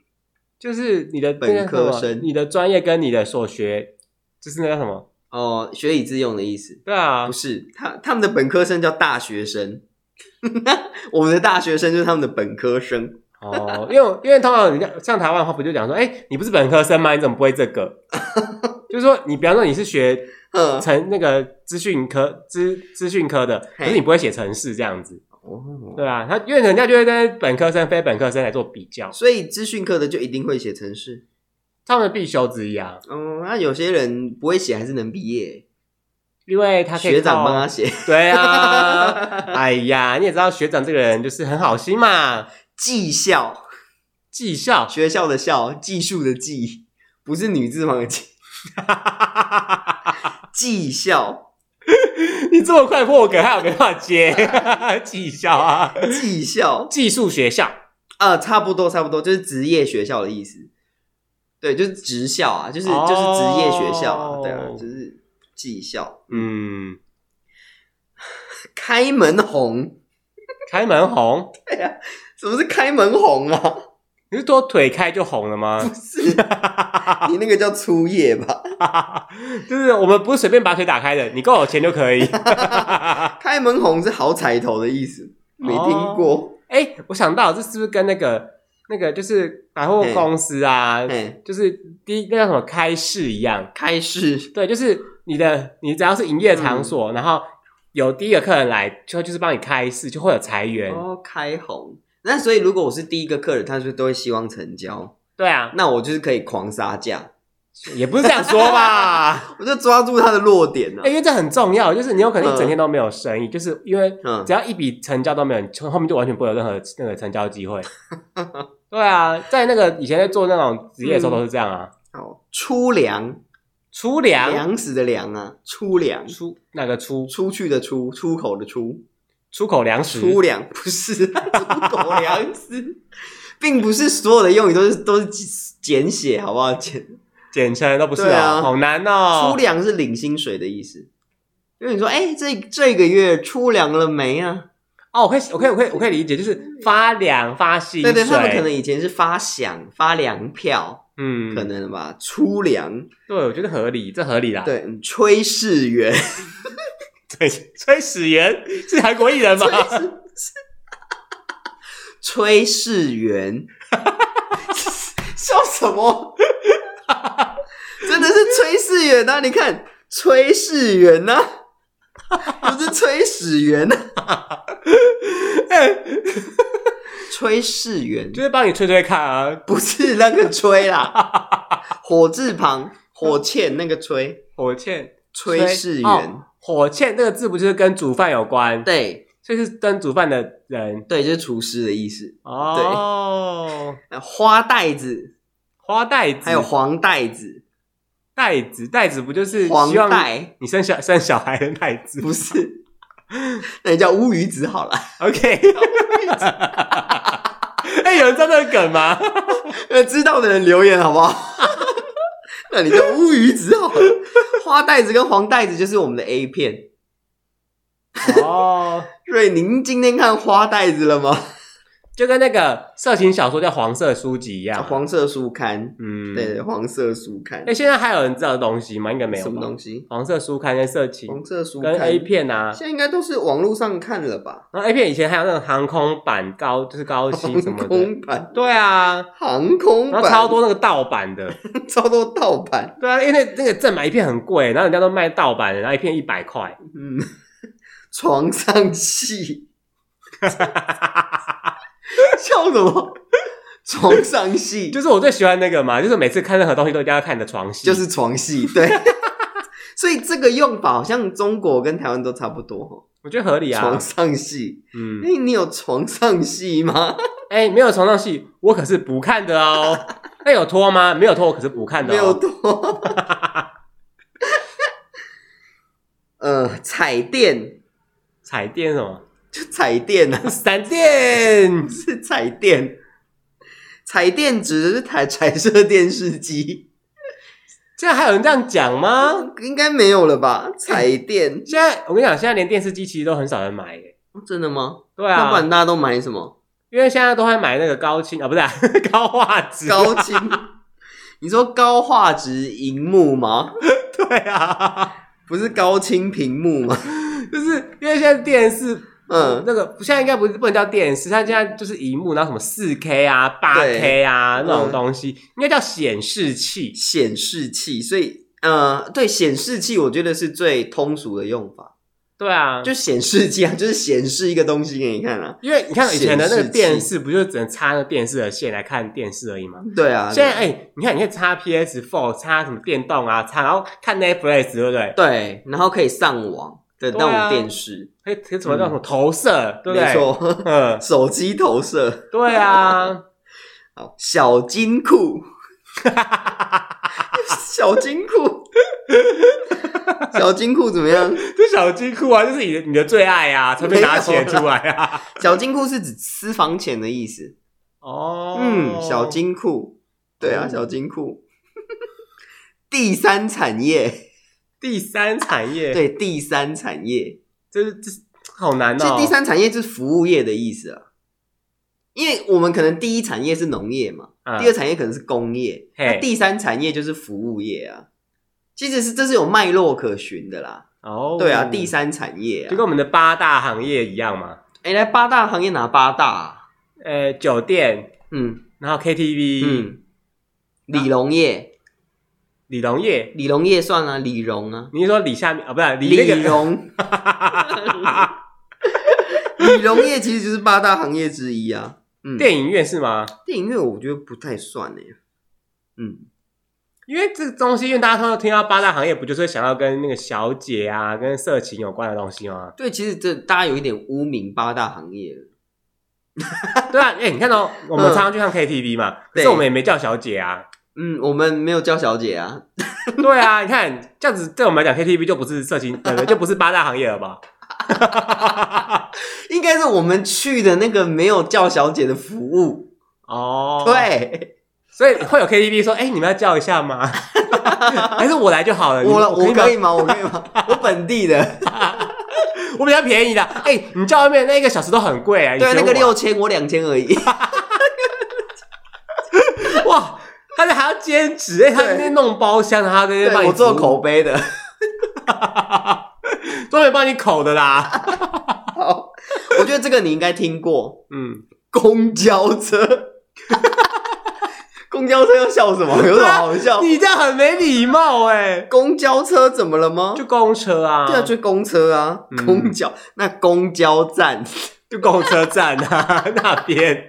Speaker 2: 就是你的
Speaker 1: 本科
Speaker 2: 那叫什么
Speaker 1: 生
Speaker 2: 你的专业跟你的所学，就是那叫什么？
Speaker 1: 哦，学以致用的意思。
Speaker 2: 对啊
Speaker 1: 不，是，他他们的本科生叫大学生， 我们的大学生就是他们的本科生。
Speaker 2: 哦，因为因为通常人家像台湾的话，不就讲说，哎，你不是本科生吗？你怎么不会这个？就是说，你比方说你是学
Speaker 1: 嗯，
Speaker 2: 成那个资讯科资资讯科的，可是
Speaker 1: 嘿
Speaker 2: 你不会写程式这样子，
Speaker 1: 哦，
Speaker 2: 对啊，他因为人家就会跟本科生、非本科生来做比较，
Speaker 1: 所以资讯课的就一定会写程式。
Speaker 2: 他们的必修之一啊，
Speaker 1: 哦，那有些人不会写还是能毕业，
Speaker 2: 因为他可以
Speaker 1: 学长
Speaker 2: 靠
Speaker 1: 帮他，写
Speaker 2: 对啊，哎呀，你也知道学长这个人就是很好心嘛，
Speaker 1: 技校，
Speaker 2: 技校，
Speaker 1: 学校的校，技术的技，不是女字旁的技， 技校，
Speaker 2: 你这么快破梗，还有没办法接 技校啊，
Speaker 1: 技校
Speaker 2: 技术学校，
Speaker 1: 啊、差不多差不多，就是职业学校的意思。对，就是职校啊，就是、
Speaker 2: 哦
Speaker 1: 就是职业学校啊，对啊，就是技校。
Speaker 2: 嗯，
Speaker 1: 开门红，
Speaker 2: 开门红，
Speaker 1: 什么是开门红啊？
Speaker 2: 你是说腿开就红了吗？
Speaker 1: 不是，你那个叫初夜吧？
Speaker 2: 就是我们不是随便把腿打开的，你够有钱就可以。
Speaker 1: 开门红是好彩头的意思，没听过。
Speaker 2: 哎、我想到这是不是跟那个那个就是百货公司啊，
Speaker 1: 嘿，
Speaker 2: 就是第一那叫什么开市一样，
Speaker 1: 开市
Speaker 2: 对，就是你的你只要是营业场
Speaker 1: 嗯
Speaker 2: 所，然后有第一个客人来，就就是帮你开市，就会有裁员。
Speaker 1: 哦，开红。那所以如果我是第一个客人，他就都会希望成交，
Speaker 2: 对啊，
Speaker 1: 那我就是可以狂杀价，
Speaker 2: 也不是这样说 吧，
Speaker 1: 我就抓住他的弱点了、
Speaker 2: 哎因为这很重要，就是你有可能一整天都没有生意，就是因为
Speaker 1: 嗯
Speaker 2: 只，要一笔成交都没有，你后面就完全不会有任何那个成交 机会。对啊，在那个以前在做那种职业的时候都是这样啊，
Speaker 1: 好，粗粮，
Speaker 2: 粗粮
Speaker 1: 粮食的粮啊，粗粮，
Speaker 2: 出那个出
Speaker 1: 出去的出，出口的出，
Speaker 2: 出口粮食，
Speaker 1: 粗粮不是出口粮食，并不是所有的用语都是都是简写，好不好？简
Speaker 2: 简称都不是
Speaker 1: 对
Speaker 2: 啊，
Speaker 1: 啊
Speaker 2: 好难
Speaker 1: 出
Speaker 2: 哦。
Speaker 1: 粮是领薪水的意思。因为你说，哎、这这个月出粮了没啊？
Speaker 2: 哦，我可以，我可以，我可以，我可以理解，就是发粮发薪
Speaker 1: 对
Speaker 2: 水，
Speaker 1: 对，他们可能以前是发饷、发粮票，
Speaker 2: 嗯，
Speaker 1: 可能吧。出粮，
Speaker 2: 对，我觉得合理，这合理啦。
Speaker 1: 对，嗯炊事员，
Speaker 2: 对，崔始源是韩国 艺人吗？
Speaker 1: 炊事员，, 笑什么？真的是炊事员呐、啊！你看，炊事员呐、啊，不是炊事员呐、啊，
Speaker 2: 哎
Speaker 1: 炊事员
Speaker 2: 就是帮你吹吹看啊，
Speaker 1: 不是那个吹啦，火字旁，火欠那个吹，
Speaker 2: 火箭
Speaker 1: 炊事员
Speaker 2: 哦。火箭这个字不就是跟煮饭有关？
Speaker 1: 对
Speaker 2: 所以是跟煮饭的人
Speaker 1: 对，就是厨师的意思。
Speaker 2: 哦。
Speaker 1: 那花袋子，
Speaker 2: 花袋子，
Speaker 1: 还有黄袋子，
Speaker 2: 袋子，袋子不就是
Speaker 1: 黄
Speaker 2: 希望
Speaker 1: 袋
Speaker 2: 你生小生 小孩的 袋 子
Speaker 1: 不是，那你叫乌鱼子好了。
Speaker 2: ？OK。哎、有人知道这个梗吗？
Speaker 1: 呃，知道的人留言好不 好？那你叫乌鱼子好了。花袋子跟黄袋子就是我们的 A 片。
Speaker 2: 哦，
Speaker 1: 瑞，您今天看花袋子了吗？
Speaker 2: 就跟那个色情小说叫黄色书籍一样。
Speaker 1: 啊黄色书刊，
Speaker 2: 嗯，
Speaker 1: 对，。黄色书刊
Speaker 2: 哎、，现在还有人知道的东西吗？应该没有。
Speaker 1: 什么东
Speaker 2: 西？
Speaker 1: 西？
Speaker 2: 黄色书刊跟色情
Speaker 1: 黄色书
Speaker 2: 跟
Speaker 1: 刊
Speaker 2: A 片啊，
Speaker 1: 现在应该都是网络上看了吧？
Speaker 2: 然后 A 片以前还有那种航空版高，就是高清什
Speaker 1: 航
Speaker 2: 么的。
Speaker 1: 空版，
Speaker 2: 对啊，
Speaker 1: 航空
Speaker 2: 然
Speaker 1: 版
Speaker 2: 后超多那个盗版的。
Speaker 1: 超多盗版，
Speaker 2: 对啊，因为那个正版一片很贵，然后人家都卖盗版的，然后一片一百块。
Speaker 1: 嗯， 床上戏，笑什么？床上戏
Speaker 2: 就是我最喜欢那个嘛，就是每次看任何东西都一定要看你的床戏，
Speaker 1: 就是床戏，对。 所以这个用法好像中国跟台湾都差不多哦，
Speaker 2: 我觉得合理啊
Speaker 1: 床。上戏，
Speaker 2: 嗯
Speaker 1: 哎、，你有床上戏吗？
Speaker 2: 哎、没有床上戏，我可是不看的 哦。那有脱吗？没有脱，我可是不看的、
Speaker 1: 没有
Speaker 2: 哦。
Speaker 1: 多。呃，彩电
Speaker 2: 彩电什么？
Speaker 1: 就彩电啊，
Speaker 2: 闪电
Speaker 1: 是彩电。彩电指的是彩彩色电视机
Speaker 2: 现在还有人这样讲吗？
Speaker 1: 啊，应该没有了吧？彩电、
Speaker 2: 现在我跟你讲，现在连电视机其实都很少人买耶。
Speaker 1: 哦真的吗？
Speaker 2: 对
Speaker 1: 那不
Speaker 2: 啊
Speaker 1: 然，大家都买什么？
Speaker 2: 因为现在都会买那个高清啊，不是、啊、 高画质。
Speaker 1: 高清？你说高画质荧幕吗？
Speaker 2: 对啊，
Speaker 1: 不是高清屏幕吗？
Speaker 2: 就是因为现在电视，嗯
Speaker 1: 嗯，
Speaker 2: 那个现在应该不是不能叫电视，它现在就是荧幕，然后什么四 K 啊、八 K 啊
Speaker 1: 对嗯
Speaker 2: 那种东西，应该叫显示器。
Speaker 1: 显示器，所以呃，对，显示器我觉得是最通俗的用法，
Speaker 2: 对啊，就
Speaker 1: 就显示器啊，就是显示一个东西给你看啊。
Speaker 2: 因为你看以前的那个
Speaker 1: 显示器
Speaker 2: 电视，不就只能插那个电视的线来看电视而已吗？
Speaker 1: 对啊，
Speaker 2: 现在哎、你看你看插 PS Four、插什么电动啊，插然后看 Netflix，对不对？
Speaker 1: 对，然后可以上网的
Speaker 2: 对啊
Speaker 1: 那种电视，
Speaker 2: 还有还有什么叫什么投射，对不对？
Speaker 1: 嗯没，错，
Speaker 2: 嗯，
Speaker 1: 手机投射，
Speaker 2: 对啊，
Speaker 1: 好，小金 库，小金库，小金库怎么样？
Speaker 2: 这小金库啊，就是你的你的最爱啊，才被拿钱出来啊。
Speaker 1: 小金库是指私房钱的意思。
Speaker 2: 哦，
Speaker 1: 嗯，小金库，对啊，
Speaker 2: 哦
Speaker 1: 小金库。 第三产业，
Speaker 2: 第三产业，，
Speaker 1: 对，第三产业，
Speaker 2: 这是这是好难
Speaker 1: 其实
Speaker 2: 哦。
Speaker 1: 第三产业就是服务业的意思啊。因为我们可能第一产业是农业嘛，
Speaker 2: 嗯哎
Speaker 1: 第二产业可能是工业，
Speaker 2: 嘿
Speaker 1: 那第三产业就是服务业啊。其实是这是有脉络可循的啦。
Speaker 2: 哦，
Speaker 1: 对啊，第三产业
Speaker 2: 就
Speaker 1: 啊
Speaker 2: 跟。我们的八大行业一样嘛。
Speaker 1: 哎，来八大行业哪八大啊？
Speaker 2: 呃，酒店、
Speaker 1: 嗯，
Speaker 2: 然后 KTV，、
Speaker 1: 嗯，李荣业，
Speaker 2: 李荣业，
Speaker 1: 李荣业算啊，李荣啊，
Speaker 2: 你是说李下面啊？不是李那
Speaker 1: 李
Speaker 2: 个
Speaker 1: 荣， 李荣业其实就是八大行业之一啊。嗯，
Speaker 2: 电影院是吗？
Speaker 1: 电影院我觉得不太算哎。嗯，
Speaker 2: 因为这个东西，因为大家通常听到八大行业，不就是会想要跟那个小姐啊、跟色情有关的东西吗？
Speaker 1: 对，其实这大家有一点污名八大行业了。
Speaker 2: 对啊，哎、你看哦，我们常常去看 KTV 嘛，可
Speaker 1: 嗯对
Speaker 2: 是我们也没叫小姐啊。
Speaker 1: 嗯，我们没有叫小姐啊。
Speaker 2: 对啊，你看这样子，对我们来讲，KTV 就不是色情，对不对？就不是八大行业了吧？
Speaker 1: 应该是我们去的那个没有叫小姐的服务，
Speaker 2: 哦，，
Speaker 1: 对
Speaker 2: 所以会有 KTV 说，哎、你们要叫一 下吗？还是我来就好了？
Speaker 1: 我
Speaker 2: 你
Speaker 1: 我
Speaker 2: 吗
Speaker 1: 可以吗？我可以吗？ 我本地的，
Speaker 2: 我比较便宜的。哎、你叫外面那一个小时都很贵啊。你
Speaker 1: 对啊，
Speaker 2: 嫌
Speaker 1: 那个
Speaker 2: 我
Speaker 1: 六千，我两千 而已。
Speaker 2: 哇，他就还要兼职，哎、他在那边弄包厢，啊 他在那边
Speaker 1: 对，
Speaker 2: 帮你
Speaker 1: 我做
Speaker 2: 服务，
Speaker 1: 口碑的。
Speaker 2: 专门帮你口 的啦。
Speaker 1: 好，我觉得这个你应该听过，
Speaker 2: 嗯，
Speaker 1: 公交车。 公交车要笑什么？
Speaker 2: 啊
Speaker 1: 有什么好笑？
Speaker 2: 你这样很没礼貌哎、
Speaker 1: 公交车怎么了吗？
Speaker 2: 就公车啊，
Speaker 1: 对啊，追公车啊，
Speaker 2: 嗯
Speaker 1: 公交那公交站，
Speaker 2: 就公车站 啊那边，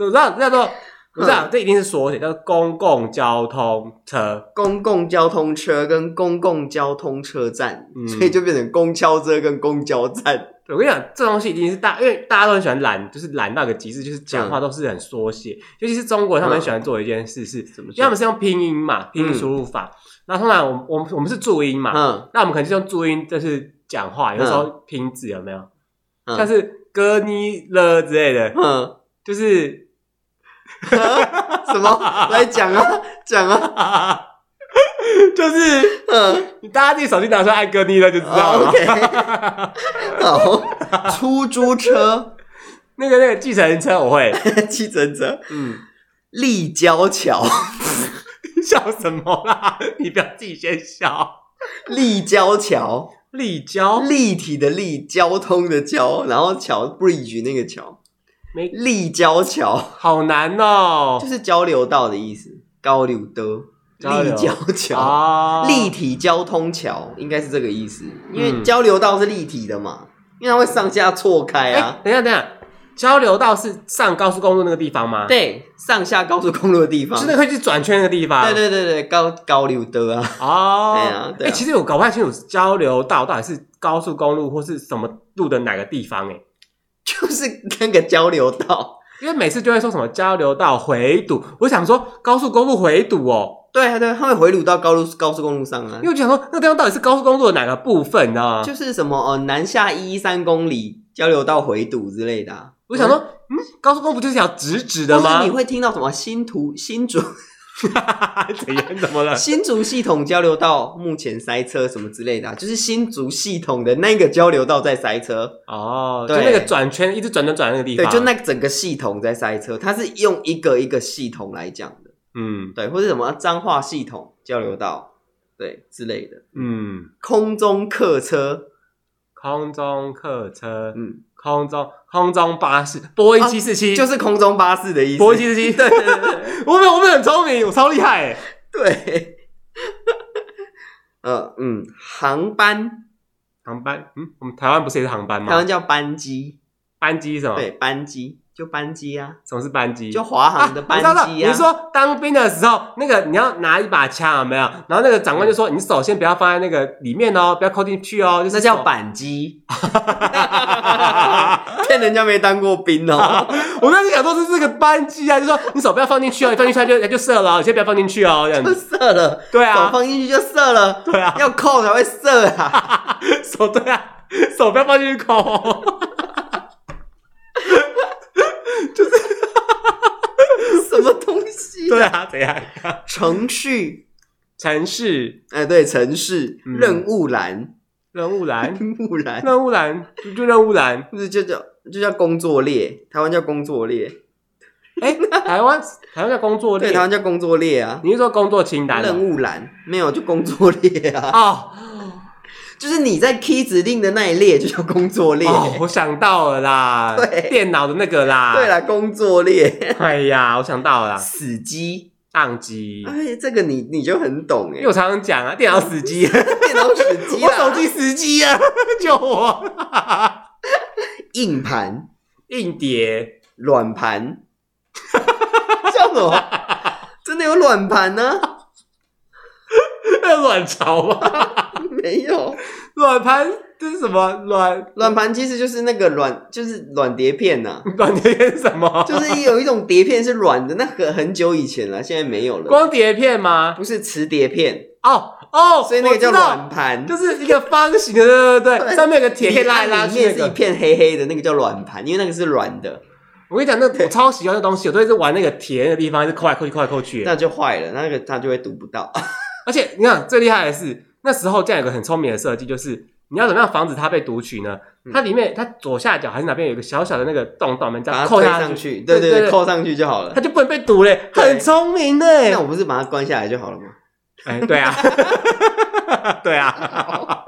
Speaker 2: 我知道叫做，我
Speaker 1: 嗯
Speaker 2: 知道这一定是缩写，叫做公共交通车。
Speaker 1: 公共交通车跟公共交通车站，
Speaker 2: 嗯
Speaker 1: 所以就变成公交车跟公交站。
Speaker 2: 对我跟你讲，这东西一定是大，因为大家都很喜欢懒，就是懒到一个极致，就是讲话都是很缩写，尤其是中国人，他们很喜欢做一件事是，
Speaker 1: 怎么
Speaker 2: 因为他们是用拼音嘛，拼音输入法。那通常我们我们我们是注音嘛，
Speaker 1: 嗯，
Speaker 2: 那我们可能是用注音，就是讲话，有时候拼字有没有？
Speaker 1: 嗯
Speaker 2: 像是哥尼了之类的，
Speaker 1: 嗯，
Speaker 2: 就是
Speaker 1: 什么来讲啊，讲啊，
Speaker 2: 就是
Speaker 1: 嗯，
Speaker 2: 你大家自己手机拿出来按哥尼了就 知道了。
Speaker 1: o k 好，出租车、
Speaker 2: 那个那个计程车我会，
Speaker 1: 计程车、
Speaker 2: 嗯，
Speaker 1: 立交桥、
Speaker 2: 笑什么啦？你不要自己先笑。
Speaker 1: 立交桥，
Speaker 2: 立交
Speaker 1: 立体的立，交通的交，然后桥 bridge 那个桥，
Speaker 2: 没
Speaker 1: 立交桥
Speaker 2: 好难哦
Speaker 1: 就，是交流道的意思，高流的
Speaker 2: 交流
Speaker 1: 立交桥。
Speaker 2: 啊
Speaker 1: 立体交通桥应该是这个意思，因为
Speaker 2: 嗯
Speaker 1: 交流道是立体的嘛，因为它会上下错开
Speaker 2: 哎、
Speaker 1: 啊。
Speaker 2: 等一下等一下，交流道是上高速公路那个地方吗？，
Speaker 1: 对，上下高速公路的地方
Speaker 2: 是。那个去转圈那个地方。
Speaker 1: 对对对对，高高流的啊，
Speaker 2: 哦，
Speaker 1: 对啊对啊
Speaker 2: 哎其实我搞不太清楚交流道到底是高速公路或是什么路的哪个地方哎、
Speaker 1: 就是那个交流道。
Speaker 2: 因为每次就会说什么交流道回堵，我想说高速公路回堵哦，
Speaker 1: 对啊对啊，它会回堵到高路高速公路上啊
Speaker 2: 因为，我就想说那个地方到底是高速公路的哪个部分，你知道吗？
Speaker 1: 就是什么呃南下一三公里交流道回堵之类的、啊。
Speaker 2: 我想说，嗯，高速公路不就是一条直直
Speaker 1: 或
Speaker 2: 的吗
Speaker 1: 是你？会听到什么新竹新 竹？
Speaker 2: 怎样？怎么了
Speaker 1: 新竹系统交流道目前塞车什么之类的、啊，就是新竹系统的那个交流道在塞车。
Speaker 2: 哦，就
Speaker 1: 对
Speaker 2: 那个转圈一直转转转那个地
Speaker 1: 对
Speaker 2: 方，，
Speaker 1: 就那整个系统在塞车，它是用一个一个系统来讲的，
Speaker 2: 嗯
Speaker 1: 对，或者什么脏话系统、交流道，对之类的。
Speaker 2: 嗯，
Speaker 1: 空中客车，
Speaker 2: 空中客车，
Speaker 1: 嗯，
Speaker 2: 空中空中巴士，波音
Speaker 1: 啊
Speaker 2: 七四七，
Speaker 1: 就是空中巴士的意思。
Speaker 2: 波音七四七，对，我们我们很聪明，我超厉害哎。
Speaker 1: 对， 呃嗯，航班，
Speaker 2: 航班，嗯，我们台湾不是也是航班
Speaker 1: 台湾
Speaker 2: 吗？
Speaker 1: 叫班机，
Speaker 2: 班机是什么？
Speaker 1: 对，，班机就班机啊，
Speaker 2: 什么是班机？
Speaker 1: 就华航的班
Speaker 2: 啊我知道
Speaker 1: 机啊。
Speaker 2: 你是说当兵的时候，那个你要拿一把枪，有没有？然后那个长官就说：“你手先不要放在那个里面哦，不要扣进去哦。”就是
Speaker 1: 那叫
Speaker 2: 手
Speaker 1: 板机，骗 人家没当过兵哦。
Speaker 2: 我刚才想说这是个班机啊，就说你手不要放进去哦，你放进去它就它就射了哦，你先不要放进去哦，这样
Speaker 1: 就
Speaker 2: 子。
Speaker 1: 射了，
Speaker 2: 对啊
Speaker 1: 手放进去就射了，
Speaker 2: 对啊，
Speaker 1: 要扣才会射啊。
Speaker 2: 手对啊，手不要放进去扣哦。
Speaker 1: 什么东西？
Speaker 2: 对啊，怎样？
Speaker 1: 程序，
Speaker 2: 城市
Speaker 1: 哎，对，程式
Speaker 2: 嗯
Speaker 1: 任务栏，
Speaker 2: 任 务栏，
Speaker 1: 任务栏，
Speaker 2: 任务栏就就任务栏。
Speaker 1: 不是就叫就叫工作列，台湾叫工作列，
Speaker 2: 哎，台湾台湾叫工作
Speaker 1: 对，
Speaker 2: 列
Speaker 1: 台，湾叫工作列啊。
Speaker 2: 你是说工作清单哦？
Speaker 1: 任务栏没有，就工作列啊，
Speaker 2: 哦，
Speaker 1: 就是你在 key 指令的那一列就叫工作列。
Speaker 2: 哦，我想到了 啦，
Speaker 1: 对
Speaker 2: 电脑的那个啦，
Speaker 1: 对，啦，工作列，
Speaker 2: 哎呀，我想到了啦，
Speaker 1: 死机。
Speaker 2: 宕机，
Speaker 1: 哎，这个你你就很懂哎
Speaker 2: 因为，我常常讲啊，电脑死机，
Speaker 1: 电脑死机
Speaker 2: 我
Speaker 1: 啦，
Speaker 2: 手机死机啊， 救我！
Speaker 1: 硬盘、
Speaker 2: 硬碟，
Speaker 1: 软盘， 叫什么？真的有软盘啊呢、
Speaker 2: 那卵巢吗？
Speaker 1: 没有，
Speaker 2: 卵啊盘这是什么？卵
Speaker 1: 软盘其实就是那个软，就是软碟片啊呐、
Speaker 2: 卵碟片是什么？
Speaker 1: 就是有一种碟片是软的，那个很久以前了，现在没有了。
Speaker 2: 光碟片吗？
Speaker 1: 不是磁碟片，
Speaker 2: 哦哦，
Speaker 1: 所以那个叫
Speaker 2: 我知道
Speaker 1: 软盘。
Speaker 2: 就是一个方形的，对对对
Speaker 1: 对
Speaker 2: 对，上面有个铁可以拉来
Speaker 1: 里
Speaker 2: 拉
Speaker 1: 面
Speaker 2: 去那
Speaker 1: 是一
Speaker 2: 个。
Speaker 1: 片黑黑的，那个叫软盘，因为那个是软的，
Speaker 2: 我跟你讲，那我超喜欢那东西，我都一直玩那个铁那个地方，一直扣来扣去，扣来扣去。
Speaker 1: 那就坏了，那个它就会读不 到。
Speaker 2: 而且你看最厉害的是，那时候这样有个很聪明的设计，就是你要怎么样防止它被读取呢？
Speaker 1: 嗯
Speaker 2: 它里面它左下角还是哪边有一个小小的那个洞洞，我们这
Speaker 1: 把
Speaker 2: 样
Speaker 1: 它
Speaker 2: 扣
Speaker 1: 推
Speaker 2: 它
Speaker 1: 上，去，对对
Speaker 2: 对
Speaker 1: 对，
Speaker 2: 对
Speaker 1: 扣上去就好了
Speaker 2: 它。就不能被读嘞，
Speaker 1: 对
Speaker 2: 很聪明呢。
Speaker 1: 那我不是把它关下来就好了吗？
Speaker 2: 哎，对啊， 对啊，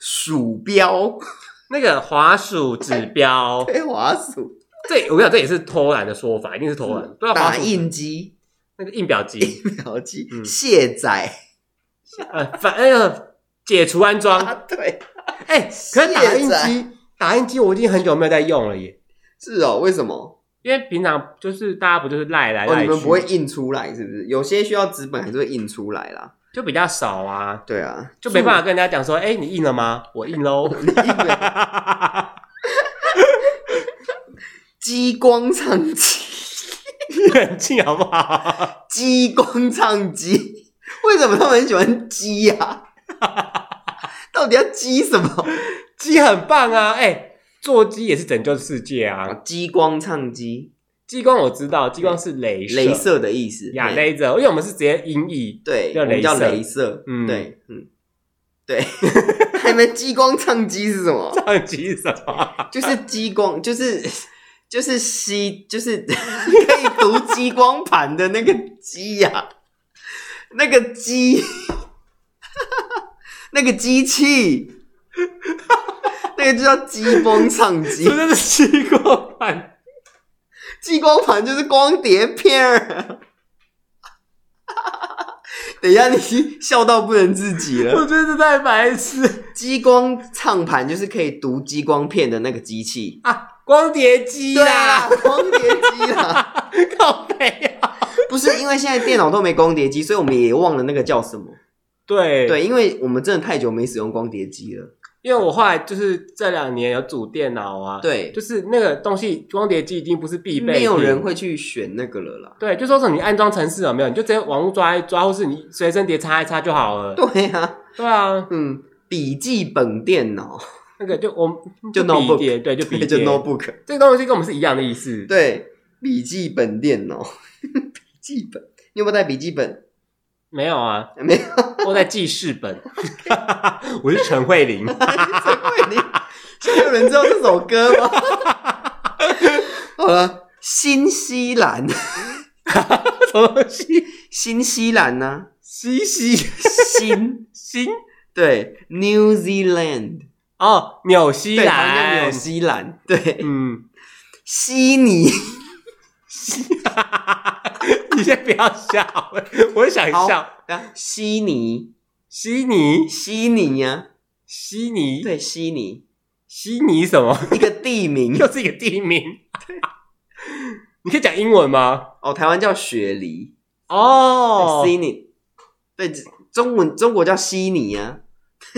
Speaker 1: 鼠标，
Speaker 2: 那个滑鼠指标，
Speaker 1: 哎，滑鼠，
Speaker 2: 这我跟你讲，这也是偷懒的说法，一定是偷懒，对啊，
Speaker 1: 嗯
Speaker 2: 滑
Speaker 1: 打
Speaker 2: 鼠
Speaker 1: 印机、
Speaker 2: 那个印表机，
Speaker 1: 表机、
Speaker 2: 嗯
Speaker 1: 卸 载
Speaker 2: 呃，反哎呀，解除安装，
Speaker 1: 啊，对，
Speaker 2: 哎，可是打印
Speaker 1: 卸载
Speaker 2: 机，打印机我已经很久没有在用了耶，
Speaker 1: 是哦，为什么？
Speaker 2: 因为平常就是大家不就是赖来
Speaker 1: 哦，
Speaker 2: 赖
Speaker 1: 你
Speaker 2: 去
Speaker 1: 们，不会印出来是不是？有些需要纸本还是会印出来啦。
Speaker 2: 就比较少啊，
Speaker 1: 对啊，
Speaker 2: 就没办
Speaker 1: 法，
Speaker 2: 法跟人家讲说，哎，你印了吗？我 印喽，
Speaker 1: 激光唱机，
Speaker 2: 冷静好不好？
Speaker 1: 激光唱机，为什么他们很喜欢激呀、啊？到底要激什么？
Speaker 2: 鸡很棒啊，哎，做鸡也是拯救世界啊
Speaker 1: 啊，激光唱机，
Speaker 2: 激光我知道，激光是镭
Speaker 1: 镭射的意思，
Speaker 2: 呀
Speaker 1: 嘿
Speaker 2: 雷射，因为我们是直接音译，
Speaker 1: 对，
Speaker 2: 叫
Speaker 1: 我们叫
Speaker 2: 雷射
Speaker 1: 镭射，
Speaker 2: 嗯
Speaker 1: 对，嗯，对， 还没激光唱机是什么？
Speaker 2: 到底是什么？
Speaker 1: 就是激光，就是就是吸，就是可以读激光盘的那个机呀、那个机， 那个机器，那个就叫激光唱机
Speaker 2: 是，不是激光板？
Speaker 1: 激光盘就是光碟片儿。 等一下，你笑到不能自己了。
Speaker 2: 我觉得这太白痴
Speaker 1: 激光唱盘就是可以读激光片的那个机器。
Speaker 2: 啊！光碟机
Speaker 1: 对啊
Speaker 2: 啦，，
Speaker 1: 光碟机啦，
Speaker 2: 靠 背啊！
Speaker 1: 不是因为现在电脑都没光碟机，所以我们也忘了那个叫什么。
Speaker 2: 对，
Speaker 1: 对，因为我们真的太久没使用光碟机了。
Speaker 2: 因为我后来就是这两年有组电脑啊，，
Speaker 1: 对，
Speaker 2: 就是那个东西光碟机已经不是必备，
Speaker 1: 没有人。会去选那个了啦。
Speaker 2: 对，就说是你安装程式有没有，你就直接网络抓一抓，或是你随身碟插一插就好了。
Speaker 1: 对啊，
Speaker 2: 对啊，
Speaker 1: 嗯，笔记本电脑
Speaker 2: 那个就我
Speaker 1: 就
Speaker 2: 笔
Speaker 1: notebook
Speaker 2: 碟，对，就笔
Speaker 1: 对，就
Speaker 2: 碟。
Speaker 1: notebook，
Speaker 2: 这个东西跟我们是一样的意思。
Speaker 1: 对，笔记本电脑， 笔记本，你有没有带笔记本？
Speaker 2: 没有啊，
Speaker 1: 没有，
Speaker 2: 我在记事 本，我是陈慧 琳。
Speaker 1: 陈慧琳，现在有人知道这首歌吗？ 好了，新西兰，
Speaker 2: 什么东西？
Speaker 1: 新西兰呢、
Speaker 2: 西西
Speaker 1: 新
Speaker 2: 新
Speaker 1: 对，New Zealand，
Speaker 2: 哦，纽西
Speaker 1: 对，好像叫纽
Speaker 2: 兰，
Speaker 1: 西兰，对，
Speaker 2: 嗯，
Speaker 1: 悉尼，
Speaker 2: 你先不要笑，我想
Speaker 1: 好
Speaker 2: 笑。
Speaker 1: 啊悉尼，
Speaker 2: 悉尼，
Speaker 1: 悉尼呀、
Speaker 2: 悉尼，
Speaker 1: 对，悉尼
Speaker 2: 悉尼什么？
Speaker 1: 一个地名
Speaker 2: 又是一个地名。你可以讲英文吗？
Speaker 1: 哦，台湾叫雪梨，哎
Speaker 2: 哦
Speaker 1: 悉尼，对，中文中国叫悉尼呀、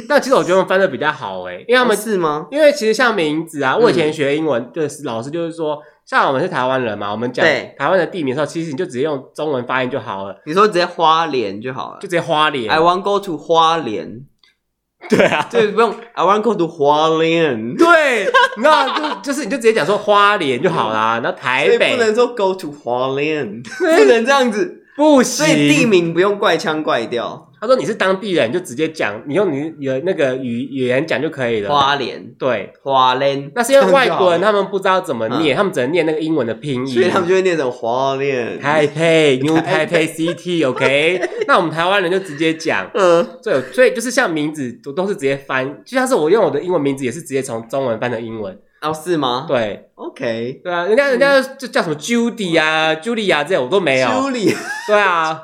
Speaker 2: 但其实我觉得我们翻的比较好诶，因为
Speaker 1: 啊，
Speaker 2: 他们
Speaker 1: 是吗？
Speaker 2: 因为其实像名字
Speaker 1: 嗯
Speaker 2: 啊，我以前学英文就是老师就是说，像我们是台湾人嘛，我们讲
Speaker 1: 对呃
Speaker 2: 台湾的地名的时候，其实你就直接用中文发音就好了，
Speaker 1: 你说直接花莲就好了
Speaker 2: 就。直接花莲
Speaker 1: I。want go to 花莲，
Speaker 2: 对啊，
Speaker 1: 对，不用 I want go to 花莲，
Speaker 2: 对，那就 就是你就直接讲说花莲就好啦，然后台
Speaker 1: 所以
Speaker 2: 北
Speaker 1: 不能说 go to 花莲，不能这样子，
Speaker 2: 不
Speaker 1: 所以地
Speaker 2: 行，
Speaker 1: 名不用怪腔怪调。
Speaker 2: 他说你是当地人，你就直接讲，你用你你的那个语语言讲就可以了。
Speaker 1: 花莲
Speaker 2: 对，
Speaker 1: 花莲，
Speaker 2: 那是因为外国人
Speaker 1: 这样就好了
Speaker 2: 他们不知道怎么念，他们只能念那个英文的拼音。
Speaker 1: 所以他们就会念成花莲。
Speaker 2: 台北 New Taipei City，OK？、那我们台湾人就直接讲，
Speaker 1: 嗯，
Speaker 2: 所以所以就是像名字都都是直接翻，就像是我用我的英文名字也是直接从中文翻成英文，
Speaker 1: 哦，是吗？
Speaker 2: 对
Speaker 1: ，OK，
Speaker 2: 对啊，人家人家就叫什么 Judy 啊、Julia 这些我都没有，
Speaker 1: 修理
Speaker 2: 对啊，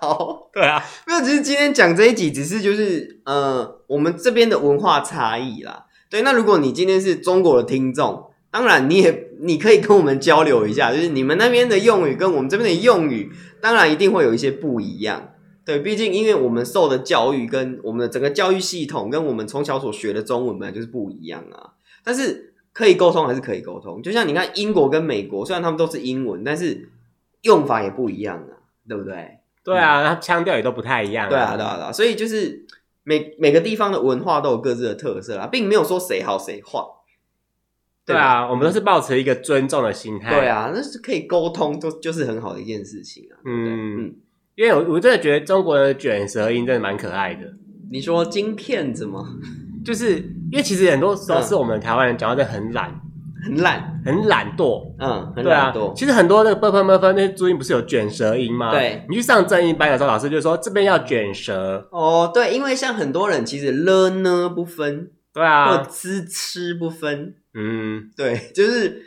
Speaker 1: 好，
Speaker 2: 对啊，
Speaker 1: 没有，只是今天讲这一集，只是就是呃，我们这边的文化差异啦。对，那如果你今天是中国的听众，当然你也你可以跟我们交流一下，就是你们那边的用语跟我们这边的用语，当然一定会有一些不一样。对，毕竟因为我们受的教育跟我们的整个教育系统跟我们从小所学的中文本来就是不一样啊。但是可以沟通还是可以沟通，就像你看英国跟美国，虽然他们都是英文，但是用法也不一样啊，对不对？
Speaker 2: 对啊，然后腔调也都不太一样、
Speaker 1: 对啊，对啊，对啊，所以就是每每个地方的文化都有各自的特色啦，并没有说谁好谁坏。
Speaker 2: 对
Speaker 1: 吧，
Speaker 2: 啊，我们都是抱持一个尊重的心态，
Speaker 1: 对，啊，那是可以沟通，就就是很好的一件事情啊。
Speaker 2: 嗯
Speaker 1: 嗯，
Speaker 2: 因为我我真的觉得中国人的卷舌音真的蛮可爱的。
Speaker 1: 你说金片子吗？
Speaker 2: 就是因为其实很多时
Speaker 1: 嗯
Speaker 2: 候是我们台湾人讲话真的很懒，
Speaker 1: 很懒，
Speaker 2: 很懒惰，
Speaker 1: 嗯，很
Speaker 2: 对啊
Speaker 1: 懒惰，
Speaker 2: 其实啊很多那个 b u r p 那些注音不是有卷舌音吗？
Speaker 1: 对，
Speaker 2: 你去上正音班的时候，老师就说这边要卷舌。
Speaker 1: 哦，对，因为像很多人其实了呢不分，
Speaker 2: 对
Speaker 1: 或
Speaker 2: 啊，
Speaker 1: 支吃不分，
Speaker 2: 嗯，
Speaker 1: 对，就是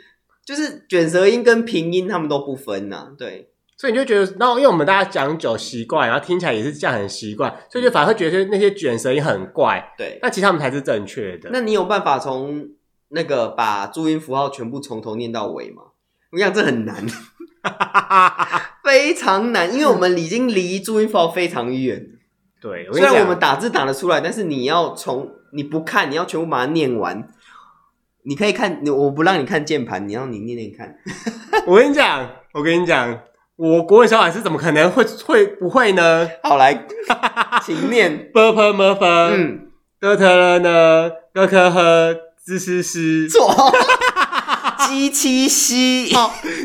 Speaker 1: 就是卷舌音跟平音他们都不分呐、对，
Speaker 2: 所以你就觉得，然后因为我们大家讲久习惯，然后听起来也是这样很习惯，所以就反而会觉得那些卷舌音很怪。
Speaker 1: 对。
Speaker 2: 那其实他们才是正确的。
Speaker 1: 那你有办法从那个把注音符号全部从头念到尾吗？我想这很 难，非常难，因为我们已经离注音符号非常远。
Speaker 2: 对，我跟
Speaker 1: 虽然
Speaker 2: 你
Speaker 1: 我
Speaker 2: 讲
Speaker 1: 们，打字打得出来，但是你要从你不看，你要全部把它念完。你可以看，你我不让你看键盘，你要你念念看。
Speaker 2: 我跟你讲，我跟你讲，我国文小老师怎么可能会会不会呢
Speaker 1: 好， 来，请念。
Speaker 2: b u r p
Speaker 1: 嗯，
Speaker 2: 哥特了呢，哥科呵，滋思思，
Speaker 1: 错。鸡七西，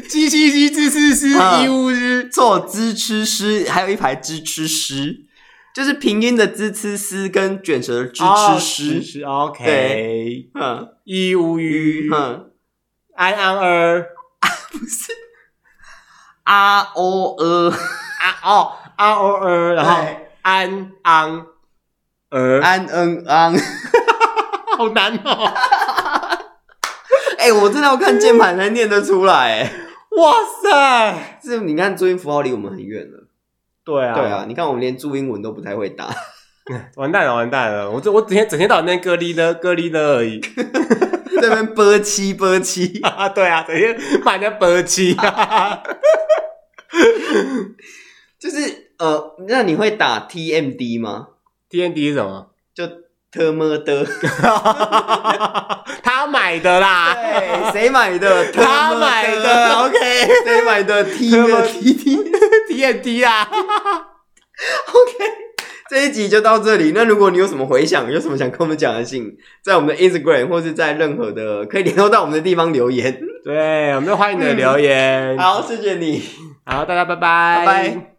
Speaker 2: 鸡西西，滋思思，
Speaker 1: 嗯
Speaker 2: 一乌日，
Speaker 1: 错支吃诗，还有一排支吃诗，就是平音的支吃诗跟卷舌的支
Speaker 2: 啊哦
Speaker 1: 吃诗。
Speaker 2: 诗，OK，
Speaker 1: 嗯
Speaker 2: 一乌鱼，
Speaker 1: 嗯，
Speaker 2: 安安儿，
Speaker 1: 啊哦呃，
Speaker 2: 啊哦，啊哦儿，然后
Speaker 1: 对
Speaker 2: 安安儿，
Speaker 1: 安嗯安。
Speaker 2: 啊 好难哦，
Speaker 1: 哎、我真的要看键盘才念得出来。哎，
Speaker 2: 哇塞，
Speaker 1: 这你看注音符号离我们很远了。
Speaker 2: 对啊，
Speaker 1: 对啊，，你看我们连注音文都不太会打。
Speaker 2: 完蛋了，完蛋了，我这我整天整天到晚在那边咯哩呢咯哩呢而已，
Speaker 1: 这边波七波七，
Speaker 2: 啊， 对啊，整天骂人家伯妻，
Speaker 1: 就是呃，那你会打 TMD 吗？
Speaker 2: TND 是什么？
Speaker 1: 就特么的，
Speaker 2: 他买的啦，
Speaker 1: 对，谁买的？
Speaker 2: 他买的，OK。
Speaker 1: 谁买的 T 的 T T
Speaker 2: TNT 啊，
Speaker 1: OK，这一集就到这里。那如果你有什么回想，有什么想跟我们讲的信，在我们的 Instagram 或是在任何的可以联络到我们的地方留言。
Speaker 2: 对，我们就欢迎你的留言。
Speaker 1: 好，谢谢你。
Speaker 2: 嗯好，大家拜
Speaker 1: 拜
Speaker 2: 拜，
Speaker 1: 拜。